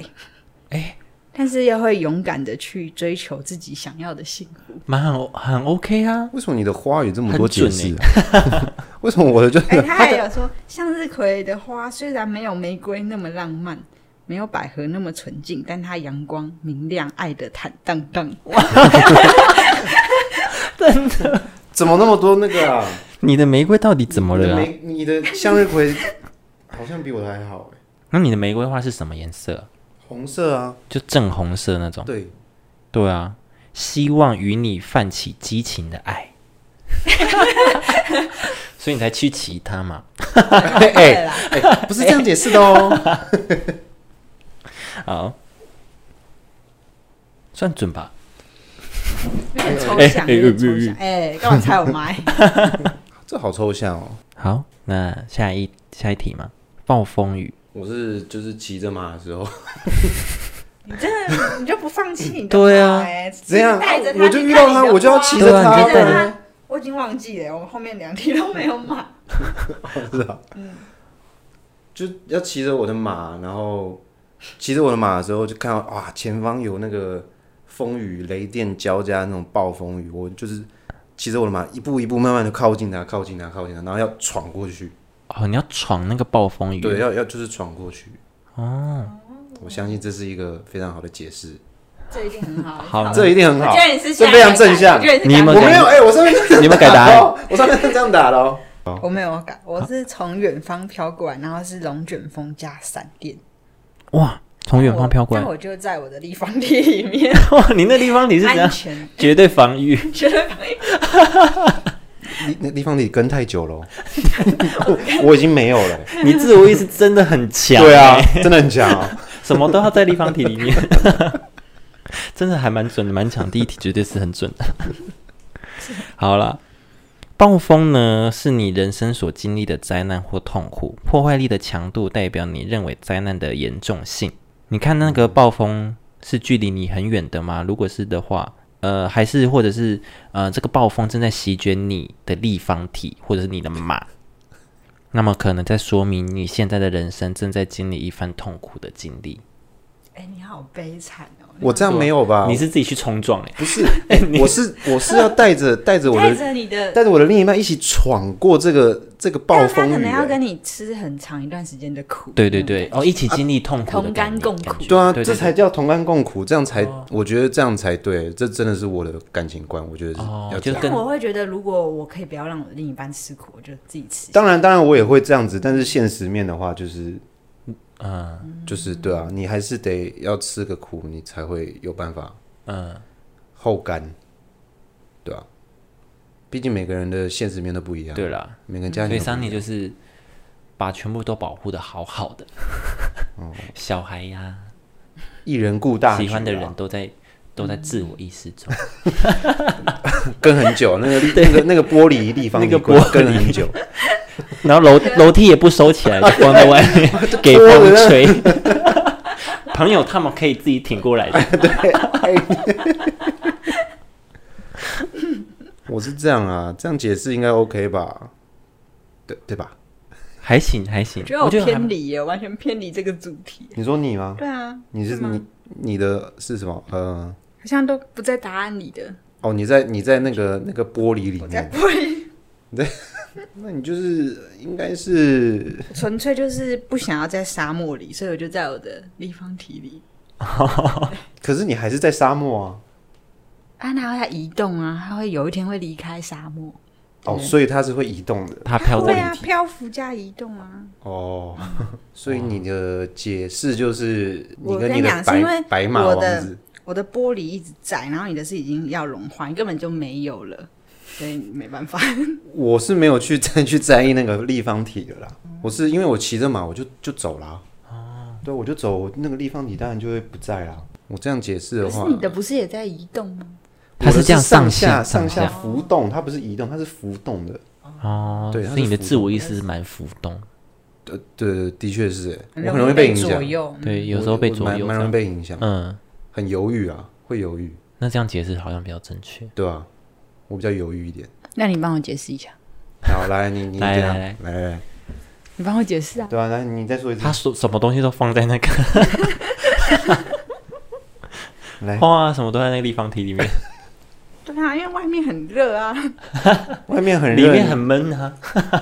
Speaker 1: 哎
Speaker 3: 但是又会勇敢的去追求自己想要的幸福。
Speaker 1: 蛮很很 OK 啊，
Speaker 2: 为什么你的花语这么多解释
Speaker 1: 很
Speaker 2: 啊？ 为什么我的就是
Speaker 3: 哎、他还有说，向日葵的花虽然没有玫瑰那么浪漫，没有百合那么纯净，但它阳光明亮，爱的坦荡荡。
Speaker 2: 怎么那么多那个啊？
Speaker 1: 你的玫瑰到底怎么
Speaker 2: 你的
Speaker 1: 了、啊？
Speaker 2: 玫你的向日葵好像比我的还好哎，
Speaker 1: 那你的玫瑰花是什么颜色啊？
Speaker 2: 红色啊，
Speaker 1: 就正红色那种。
Speaker 2: 对，
Speaker 1: 对啊，希望与你泛起激情的 爱，所以你才去骑它嘛。
Speaker 2: 哎哎哎，不是这样解释的哦。
Speaker 1: 好，算准吧。
Speaker 3: 有点抽
Speaker 4: 哎
Speaker 3: 象，
Speaker 4: 哎
Speaker 3: 有点抽象。哎、干嘛猜我妈？
Speaker 2: 这好抽象哦。
Speaker 1: 好，那下一下一题嘛，暴风雨。
Speaker 2: 我是就是骑着马的时候，
Speaker 3: 你真的你就不放弃你的
Speaker 1: 对啊
Speaker 3: 妈哎
Speaker 2: 怎样
Speaker 3: 你带着？它
Speaker 2: 我就遇到他，我就要骑着
Speaker 1: 对啊
Speaker 2: 他
Speaker 1: 你就带着
Speaker 2: 啊。
Speaker 3: 我已经忘记了，我后面两题都没 有买。
Speaker 2: 是啊，就要骑着我的马，然后骑着我的马的时候，就看到哇，前方有那个风雨雷电交加那种暴风雨，我就是骑着我的马一步一步慢慢的靠近它，靠近它，靠近它，然后要闯过去，
Speaker 1: 哦，你要闯那个暴风雨。
Speaker 2: 对，要要就是闯过去。哦，我相信这是一个非常好的解释，
Speaker 3: 这一定很好。
Speaker 1: 好
Speaker 2: 这一定很好
Speaker 3: 我居，然是
Speaker 2: 这非常正向
Speaker 3: 我居然是
Speaker 1: 你
Speaker 2: 我
Speaker 1: 们
Speaker 2: 没有哎、我上 面是这样
Speaker 1: 你们改答案
Speaker 2: 打的哦，我上面是这样打的哦。
Speaker 3: 我没有改，我是从远方飘过来，然后是龙卷风加闪电
Speaker 1: 哇，从远方飘过来
Speaker 3: 那。我就在我的立方体里面，
Speaker 1: 哇，你那地方 你是怎
Speaker 3: 安
Speaker 1: 样？
Speaker 3: 全，
Speaker 1: 绝对防御。
Speaker 3: 绝对防御。
Speaker 2: 你那地方你跟太久 了哦，我我已经没有了欸、
Speaker 1: 你自我意识真的很强、
Speaker 2: 对啊
Speaker 1: 欸，
Speaker 2: 真的很强啊。
Speaker 1: 什么都要在立方体里面， 真的还蛮准的，蛮强。第一题绝对是很准 的。好啦，暴风呢是你人生所经历的灾难或痛苦，破坏力的强度代表你认为灾难的严重性。你看那个暴风是距离你很远的吗？如果是的话，呃，还是或者是呃，这个暴风正在席卷你的立方体或者是你的马，那么可能在说明你现在的人生正在经历一番痛苦的经历。
Speaker 3: 哎、你好悲惨哦！
Speaker 2: 我这样没有吧？
Speaker 1: 你是自己去冲撞哎、
Speaker 2: 不是？ 我是我是要带 着带着我
Speaker 3: 带
Speaker 2: 的
Speaker 3: 着你的，
Speaker 2: 带着我的另一半一起闯过这个这个暴
Speaker 3: 但他
Speaker 2: 风雨、
Speaker 3: 可能要
Speaker 2: 欸
Speaker 3: 跟你吃很长一段时间的苦。
Speaker 1: 对对对，哦，一起经历痛苦的
Speaker 3: 同
Speaker 1: 感
Speaker 3: 甘
Speaker 1: 觉
Speaker 3: 共
Speaker 1: 感
Speaker 3: 苦
Speaker 1: 觉
Speaker 2: 对啊，
Speaker 1: 对
Speaker 2: 这
Speaker 1: 对
Speaker 2: 才
Speaker 1: 对
Speaker 2: 叫同甘共苦，这样才、
Speaker 1: 哦
Speaker 2: 我觉得这样才对，这真的是我的感情观，我觉得是
Speaker 1: 哦
Speaker 2: 要
Speaker 1: 就
Speaker 2: 这
Speaker 1: 是
Speaker 2: 样。
Speaker 1: 跟
Speaker 3: 但我会觉得，如果我可以不要让我的另一半吃苦，我就自己吃。
Speaker 2: 当然，当然我也会这样子，但是现实面的话，就是
Speaker 1: 嗯
Speaker 2: 就是对啊，你还是得要吃个苦，你才会有办法
Speaker 1: 嗯，
Speaker 2: 后甘，对啊。毕竟每个人的现实面都不一样，
Speaker 1: 对啦，
Speaker 2: 每个人家
Speaker 1: 所以
Speaker 2: 庭都不一样
Speaker 1: 桑尼就是把全部都保护的好好 的，
Speaker 2: 哦
Speaker 1: 小孩呀、
Speaker 2: 一人顾大局啊、
Speaker 1: 喜欢的人都在都在自我意识中，
Speaker 2: 跟很久， 那个那个那个玻璃立方
Speaker 1: 那个
Speaker 2: 体柜
Speaker 1: 玻璃
Speaker 2: 跟很久，
Speaker 1: 然后楼楼梯也不收起来，就放在外面 给
Speaker 2: 拖着
Speaker 1: 风
Speaker 2: 那
Speaker 1: 吹。朋友他们可以自己挺过来的，
Speaker 2: 我是这样啊，这样解释应该 OK 吧？对对吧？
Speaker 1: 还行还行
Speaker 3: 我觉得，我
Speaker 1: 觉得还
Speaker 3: 偏离耶，完全偏离这个主题。
Speaker 2: 你说你吗？
Speaker 3: 对啊，
Speaker 2: 你是
Speaker 3: 吗
Speaker 2: 你你的是什么？呃，
Speaker 3: 好像都不在答案里的。
Speaker 2: 哦，你在你在那个那个玻璃里
Speaker 3: 我在
Speaker 2: 面，
Speaker 3: 不会，
Speaker 2: 那你就是应该是
Speaker 3: 我 纯粹就是不想要在沙漠里，所以我就在我的立方体里。
Speaker 2: 可是你还是在沙漠啊，
Speaker 3: 啊，然后它移动啊，它会有一天会离开沙漠。
Speaker 2: 哦，所以它是会移动的
Speaker 1: 他飘
Speaker 3: 对
Speaker 1: 在
Speaker 3: 啊，
Speaker 1: 立体，
Speaker 3: 漂浮加移动啊。
Speaker 2: 哦， 所以你的解释就是你
Speaker 3: 我
Speaker 2: 跟
Speaker 3: 跟
Speaker 2: 你
Speaker 3: 你
Speaker 2: 的
Speaker 3: 讲是因为
Speaker 2: 白白马
Speaker 3: 我
Speaker 2: 王
Speaker 3: 的
Speaker 2: 子，
Speaker 3: 我的玻璃一直在，然后你的是已经要融化，你根本就没有了，所以没办法。
Speaker 2: 我是没有去再去在意那个立方体的啦，我是因为我骑着马我就就走啦，哦，对，我就走，那个立方体当然就会不在啦。我这样解释的
Speaker 3: 可
Speaker 2: 话，
Speaker 3: 是你的不是也在移动吗？
Speaker 1: 它是这样
Speaker 2: 我的上
Speaker 1: 下
Speaker 2: 上
Speaker 1: 上
Speaker 2: 下浮动，它不是移动，它是浮动的。
Speaker 1: 哦，
Speaker 2: 对它
Speaker 1: 所以
Speaker 2: 是
Speaker 1: 你的
Speaker 2: 浮
Speaker 1: 自我意识是蛮浮动，
Speaker 2: 呃，对对，的确是欸，我很容易被影响，
Speaker 3: 左右。
Speaker 1: 对，有时候被
Speaker 2: 我
Speaker 1: 左右
Speaker 2: 蛮
Speaker 1: 这
Speaker 2: 蛮容易
Speaker 1: 样
Speaker 2: 被影响，
Speaker 1: 嗯，
Speaker 2: 很犹豫啊，会犹豫，
Speaker 1: 那这样解释好像比较正确。
Speaker 2: 对吧、我比较犹豫一点。
Speaker 3: 那你帮我解释一下，
Speaker 2: 好，来你你
Speaker 1: 来
Speaker 2: 这样
Speaker 1: 来
Speaker 2: 来来来，
Speaker 3: 你帮我解释啊。
Speaker 2: 对啊，来你再说一次
Speaker 1: 他，说什么东西都放在那个
Speaker 2: 来，
Speaker 1: 花啊，什么都在那个立方体里面，
Speaker 3: 对啊，因为外面很热啊，
Speaker 2: 外面很热，
Speaker 1: 里面很闷啊，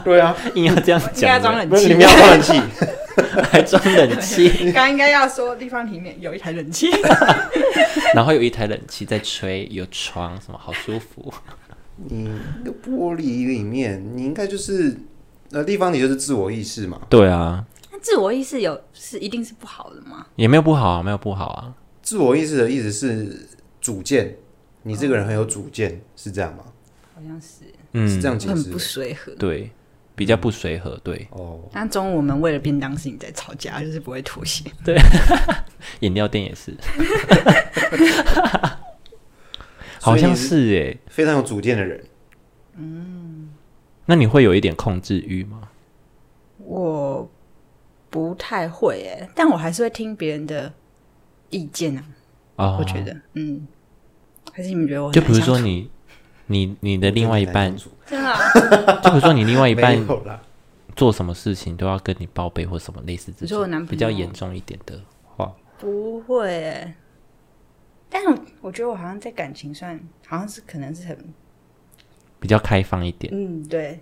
Speaker 2: 对啊，
Speaker 1: 硬要这样
Speaker 3: 应该
Speaker 1: 讲
Speaker 3: 要装
Speaker 1: 的，
Speaker 3: 冷
Speaker 2: 不是
Speaker 3: 气
Speaker 2: 里。面要放冷气，
Speaker 1: 还装冷气，
Speaker 3: 刚刚应该要说地方里面有一台冷气，
Speaker 1: 然后有一台冷气在吹，有床什么，好舒服。
Speaker 2: 你那个玻璃里面，你应该就是呃立方体就是自我意识嘛，
Speaker 1: 对啊，
Speaker 3: 那自我意识有是一定是不好的吗？
Speaker 1: 也没有不好啊，没有不好啊。
Speaker 2: 自我意识的意思是主见，你这个人很有主见，是这样吗？
Speaker 3: 好像是，
Speaker 2: 是
Speaker 1: 嗯
Speaker 2: 这，样解
Speaker 3: 很
Speaker 2: 释
Speaker 3: 不随和。
Speaker 1: 对，比较不随和，对，
Speaker 2: 哦。
Speaker 3: 那中午我们为了便当事情在吵架，就是不会妥协。
Speaker 1: 饮料店也是，
Speaker 2: 所
Speaker 1: 好
Speaker 2: 以你
Speaker 1: 像是诶、
Speaker 2: 非常有主见的人，
Speaker 1: 那你会有一点控制欲吗？
Speaker 3: 我不太会诶，但我还是会听别人的意见啊。
Speaker 1: 哦，
Speaker 3: 我觉得，嗯，还是你们觉得我很
Speaker 1: 就比如说
Speaker 3: 难相处
Speaker 1: 你，你你的另外一半，就
Speaker 3: 真的啊、
Speaker 1: 比如说你另外一
Speaker 2: 没
Speaker 1: 半
Speaker 2: 有啦，
Speaker 1: 做什么事情都要跟你报备或什么类似这
Speaker 3: 你说我男
Speaker 1: 种
Speaker 3: 朋友
Speaker 1: 比较严重一点的话，
Speaker 3: 不会诶。但我我觉得我好像在感情上，好像是可能是很，
Speaker 1: 比较开放一点。
Speaker 3: 嗯，对。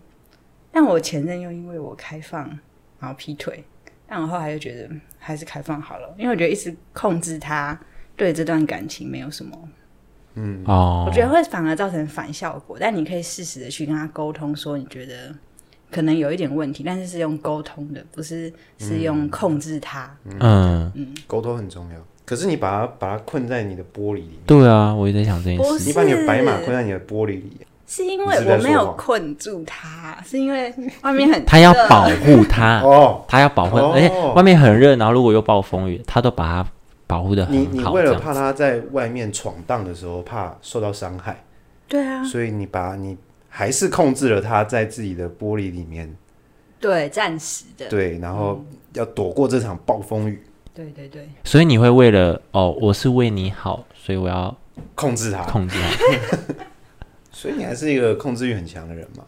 Speaker 3: 但我前任又因为我开放，然后劈腿，但我后来又觉得嗯还是开放好了，因为我觉得一直控制他对这段感情没有什么
Speaker 1: 哦
Speaker 3: 嗯我，觉得会反而造成反效果。但你可以适时的去跟他沟通，说你觉得可能有一点问题，但是是用沟通的，不是
Speaker 2: 嗯
Speaker 3: 是用控制他。
Speaker 1: 嗯，
Speaker 2: 沟通很重要。可是你把它把它困在你的玻璃里，
Speaker 1: 对啊，我也在想这件
Speaker 3: 不
Speaker 1: 事。
Speaker 3: 是
Speaker 2: 你把你的白马困在你的玻璃里，
Speaker 3: 是因
Speaker 2: 你是
Speaker 3: 为
Speaker 2: 在说
Speaker 3: 我没有
Speaker 2: 谎
Speaker 3: 困住他，是因为外面很
Speaker 1: 他要
Speaker 3: 热
Speaker 1: 保护
Speaker 3: 啊
Speaker 1: 他，
Speaker 2: 哦，
Speaker 1: 他要保护，
Speaker 2: 哦
Speaker 1: 而且外面很热，然后如果有暴风雨，他都把它保护
Speaker 3: 嗯
Speaker 1: 的
Speaker 2: 你
Speaker 1: 很
Speaker 2: 你
Speaker 1: 好。
Speaker 2: 为
Speaker 1: 这
Speaker 2: 了
Speaker 1: 样
Speaker 2: 怕他在外面闯荡的时候怕受到伤害，
Speaker 3: 对啊，
Speaker 2: 所以你把你还是控制了他在自己的玻璃里面，
Speaker 3: 对，暂时的，嗯
Speaker 2: 对，然后要躲过这场暴风雨，
Speaker 3: 对对对，
Speaker 1: 所以你会为了哦，我是为你好，所以我要啊
Speaker 2: 控制他。
Speaker 1: 控制他，
Speaker 2: 所以你还是一个控制欲很强的人嘛？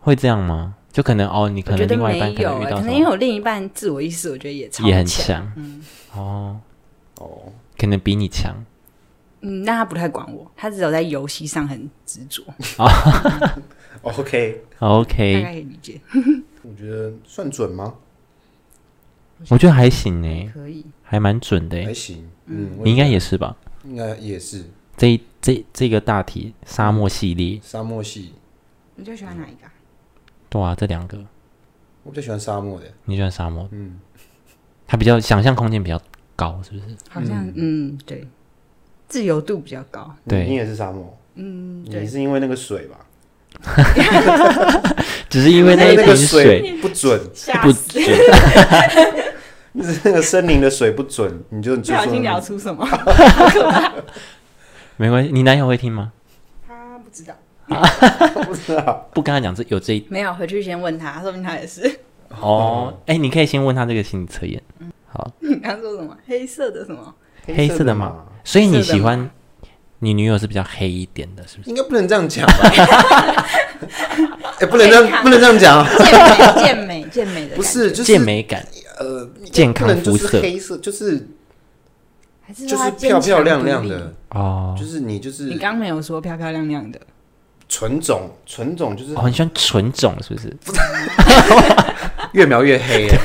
Speaker 1: 会这样吗？就可能哦，你
Speaker 3: 我
Speaker 1: 可
Speaker 3: 觉
Speaker 1: 能
Speaker 3: 得
Speaker 1: 另外一
Speaker 3: 没
Speaker 1: 半可
Speaker 3: 有
Speaker 1: 能遇
Speaker 3: 欸，
Speaker 1: 到
Speaker 3: 可
Speaker 1: 什
Speaker 3: 能因为
Speaker 1: 么
Speaker 3: 我另一半自我意识，我觉得也超
Speaker 1: 也很
Speaker 3: 强，
Speaker 1: 强，哦，
Speaker 2: 哦，
Speaker 1: 可能比你强。
Speaker 3: 嗯，但他不太管我，他只有在游戏上很执着，
Speaker 2: OK，
Speaker 3: 大
Speaker 1: OK，
Speaker 3: 概可以理解。
Speaker 2: 我觉得算准吗？
Speaker 1: 我觉得还行呢、
Speaker 3: 可以，
Speaker 1: 还蛮准的、欸。
Speaker 2: 还
Speaker 3: 哎
Speaker 2: 行，嗯，我
Speaker 1: 你应该也是吧？
Speaker 2: 应该也是
Speaker 1: 这一这这个大题沙漠系列，
Speaker 2: 沙漠系，
Speaker 3: 你最喜欢哪一个啊、
Speaker 1: 对啊，这两个
Speaker 2: 我比较喜欢沙漠的，
Speaker 1: 你喜欢沙漠？
Speaker 2: 嗯，
Speaker 1: 它比较想象空间比较高，是不是？
Speaker 3: 好像嗯对，自由度比较高。
Speaker 1: 对
Speaker 2: 你你也是沙漠，
Speaker 3: 嗯，
Speaker 2: 你
Speaker 3: 对，
Speaker 2: 是因为那个水吧？
Speaker 1: 只是因为那一
Speaker 2: 那
Speaker 1: 瓶
Speaker 2: 个
Speaker 1: 水
Speaker 2: 不准，
Speaker 3: 吓
Speaker 1: 不
Speaker 3: 死，
Speaker 2: 就是那个森林的水不准，你就
Speaker 3: 不
Speaker 2: 就
Speaker 3: 小心聊
Speaker 2: 说
Speaker 3: 出什么。
Speaker 1: 没关系。你男友会听吗？
Speaker 3: 他不知道，
Speaker 2: 不知 道，
Speaker 1: 不跟他讲这有这一
Speaker 3: 没有回去先问他，说不定他也是。
Speaker 1: 哦。哎、你可以先问他这个心理测验。好，
Speaker 3: 你刚说什么？黑色的什么？
Speaker 1: 黑色的嘛
Speaker 2: 嘛，
Speaker 1: 所以你
Speaker 3: 黑色的
Speaker 1: 喜
Speaker 3: 嘛
Speaker 1: 欢你女友是比较黑一点的，是不是？
Speaker 2: 应该不能这样讲吧？ 哎，不能 这样，不能这样讲啊，
Speaker 3: 健美，健美，健美的感觉
Speaker 2: 不是，就是
Speaker 1: 健美感，
Speaker 2: 呃，
Speaker 1: 健康
Speaker 2: 不能就
Speaker 1: 肤
Speaker 2: 是
Speaker 1: 色
Speaker 2: 黑色，就是
Speaker 3: 还是
Speaker 2: 就
Speaker 3: 说
Speaker 2: 是
Speaker 3: 他
Speaker 2: 漂漂亮亮
Speaker 3: 坚强独
Speaker 2: 的，
Speaker 1: 哦
Speaker 2: 就是你就
Speaker 3: 立。你
Speaker 2: 是
Speaker 3: 刚没有说漂漂亮亮的，
Speaker 2: 纯种，纯种就是
Speaker 1: 哦，很喜欢纯种，是不是？
Speaker 2: 越描越黑耶。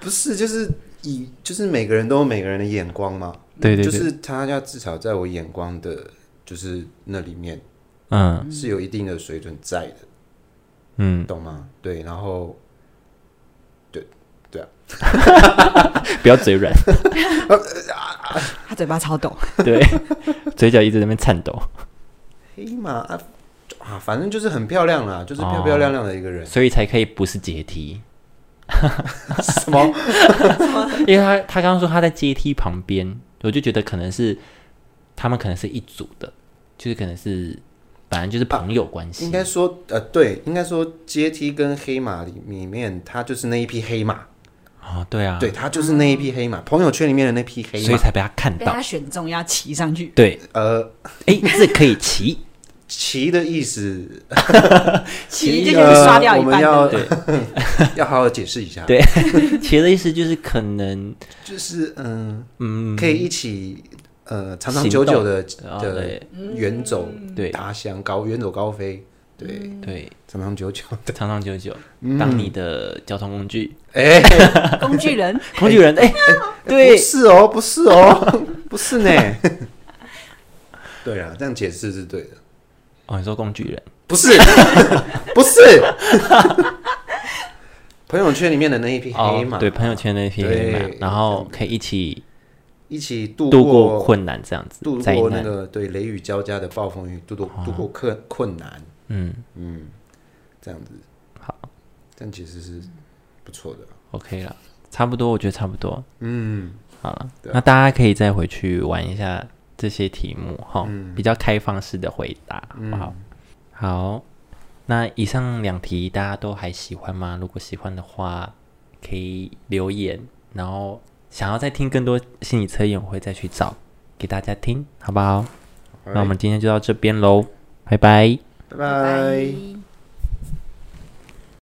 Speaker 2: 不是，就是以就是每个人都有每个人的眼光嘛，
Speaker 1: 对对
Speaker 2: 就
Speaker 1: 对，
Speaker 2: 是他要至少在我眼光的，就是那里面
Speaker 1: 嗯
Speaker 2: 是有一定的水准在的，
Speaker 1: 嗯，
Speaker 2: 懂吗？对，然后
Speaker 1: 不要嘴软，
Speaker 3: 他嘴巴超抖，
Speaker 1: 对，嘴角一直在那边颤抖，
Speaker 2: 黑马啊啊，反正就是很漂亮啦，就是
Speaker 1: 哦
Speaker 2: 漂漂亮亮的一 个人。
Speaker 1: 所以才可以不是阶梯，
Speaker 2: 什么？
Speaker 1: 因为他他刚刚说他在阶梯旁边，我就觉得可能是他们可能是一组的，就是可能是反正就是朋友关系，
Speaker 2: 应该说呃，对，应该说阶梯跟黑马里里面，他就是那一匹黑马，
Speaker 1: 哦，对啊，
Speaker 2: 对，，他就是那一匹黑马，朋友圈里面的那匹黑
Speaker 1: 所以
Speaker 2: 马。
Speaker 1: 才被他看
Speaker 3: 被
Speaker 1: 到
Speaker 3: 他，选中要骑上去。
Speaker 1: 对，
Speaker 2: 呃，
Speaker 1: 哎，这可以骑，
Speaker 2: 骑的意思
Speaker 3: 骑就
Speaker 2: 呃
Speaker 3: 是刷掉一
Speaker 2: 我们
Speaker 3: 半
Speaker 2: 要
Speaker 3: 的，
Speaker 1: 对
Speaker 2: 要好好解释一下。
Speaker 1: 对骑的意思就是可能
Speaker 2: 就是嗯，
Speaker 1: 嗯，
Speaker 2: 可以一起呃长长久久的
Speaker 1: 哦
Speaker 2: 的
Speaker 1: 对嗯
Speaker 2: 远走
Speaker 1: 对
Speaker 2: 达乡高远走高飞，对，
Speaker 3: 嗯
Speaker 1: 对，
Speaker 2: 长长 久久的。
Speaker 1: 长长久久
Speaker 2: 嗯
Speaker 1: 当你的交通工具，
Speaker 2: 哎，
Speaker 3: 工 具人，
Speaker 1: 工具人，哎，对
Speaker 2: 不，是哦，不是哦， 不是呢。对啊，这样解释是对的。
Speaker 1: 哦，你说工具人，
Speaker 2: 不是，不是， 朋友圈里面的那一匹黑马，
Speaker 1: 哦，对，朋友圈那些黑马
Speaker 2: 对，
Speaker 1: 然后可以一起
Speaker 2: 一起度
Speaker 1: 度过困难，这样子，
Speaker 2: 度
Speaker 1: 灾
Speaker 2: 过那
Speaker 1: 难，哦
Speaker 2: 个对雷雨交加的暴风雨，度过度过困困难，
Speaker 1: 嗯
Speaker 2: 嗯，这样子，
Speaker 1: 好，
Speaker 2: 这样其实是不错的，
Speaker 1: ，OK 了，差不多，我觉得差不多，
Speaker 2: 嗯，
Speaker 1: 好了，
Speaker 2: 对
Speaker 1: 那大家可以再回去玩一下这些题目哈，
Speaker 2: 嗯
Speaker 1: 比较开放式的回答，好不好？好，那以上两题大家都还喜欢吗？如果喜欢的话，可以留言，然后想要再听更多心理测验，我会再去找给大家
Speaker 2: 呃
Speaker 1: 听，好不好？那我们今天就到这边喽，拜拜。
Speaker 2: 拜拜。
Speaker 3: 拜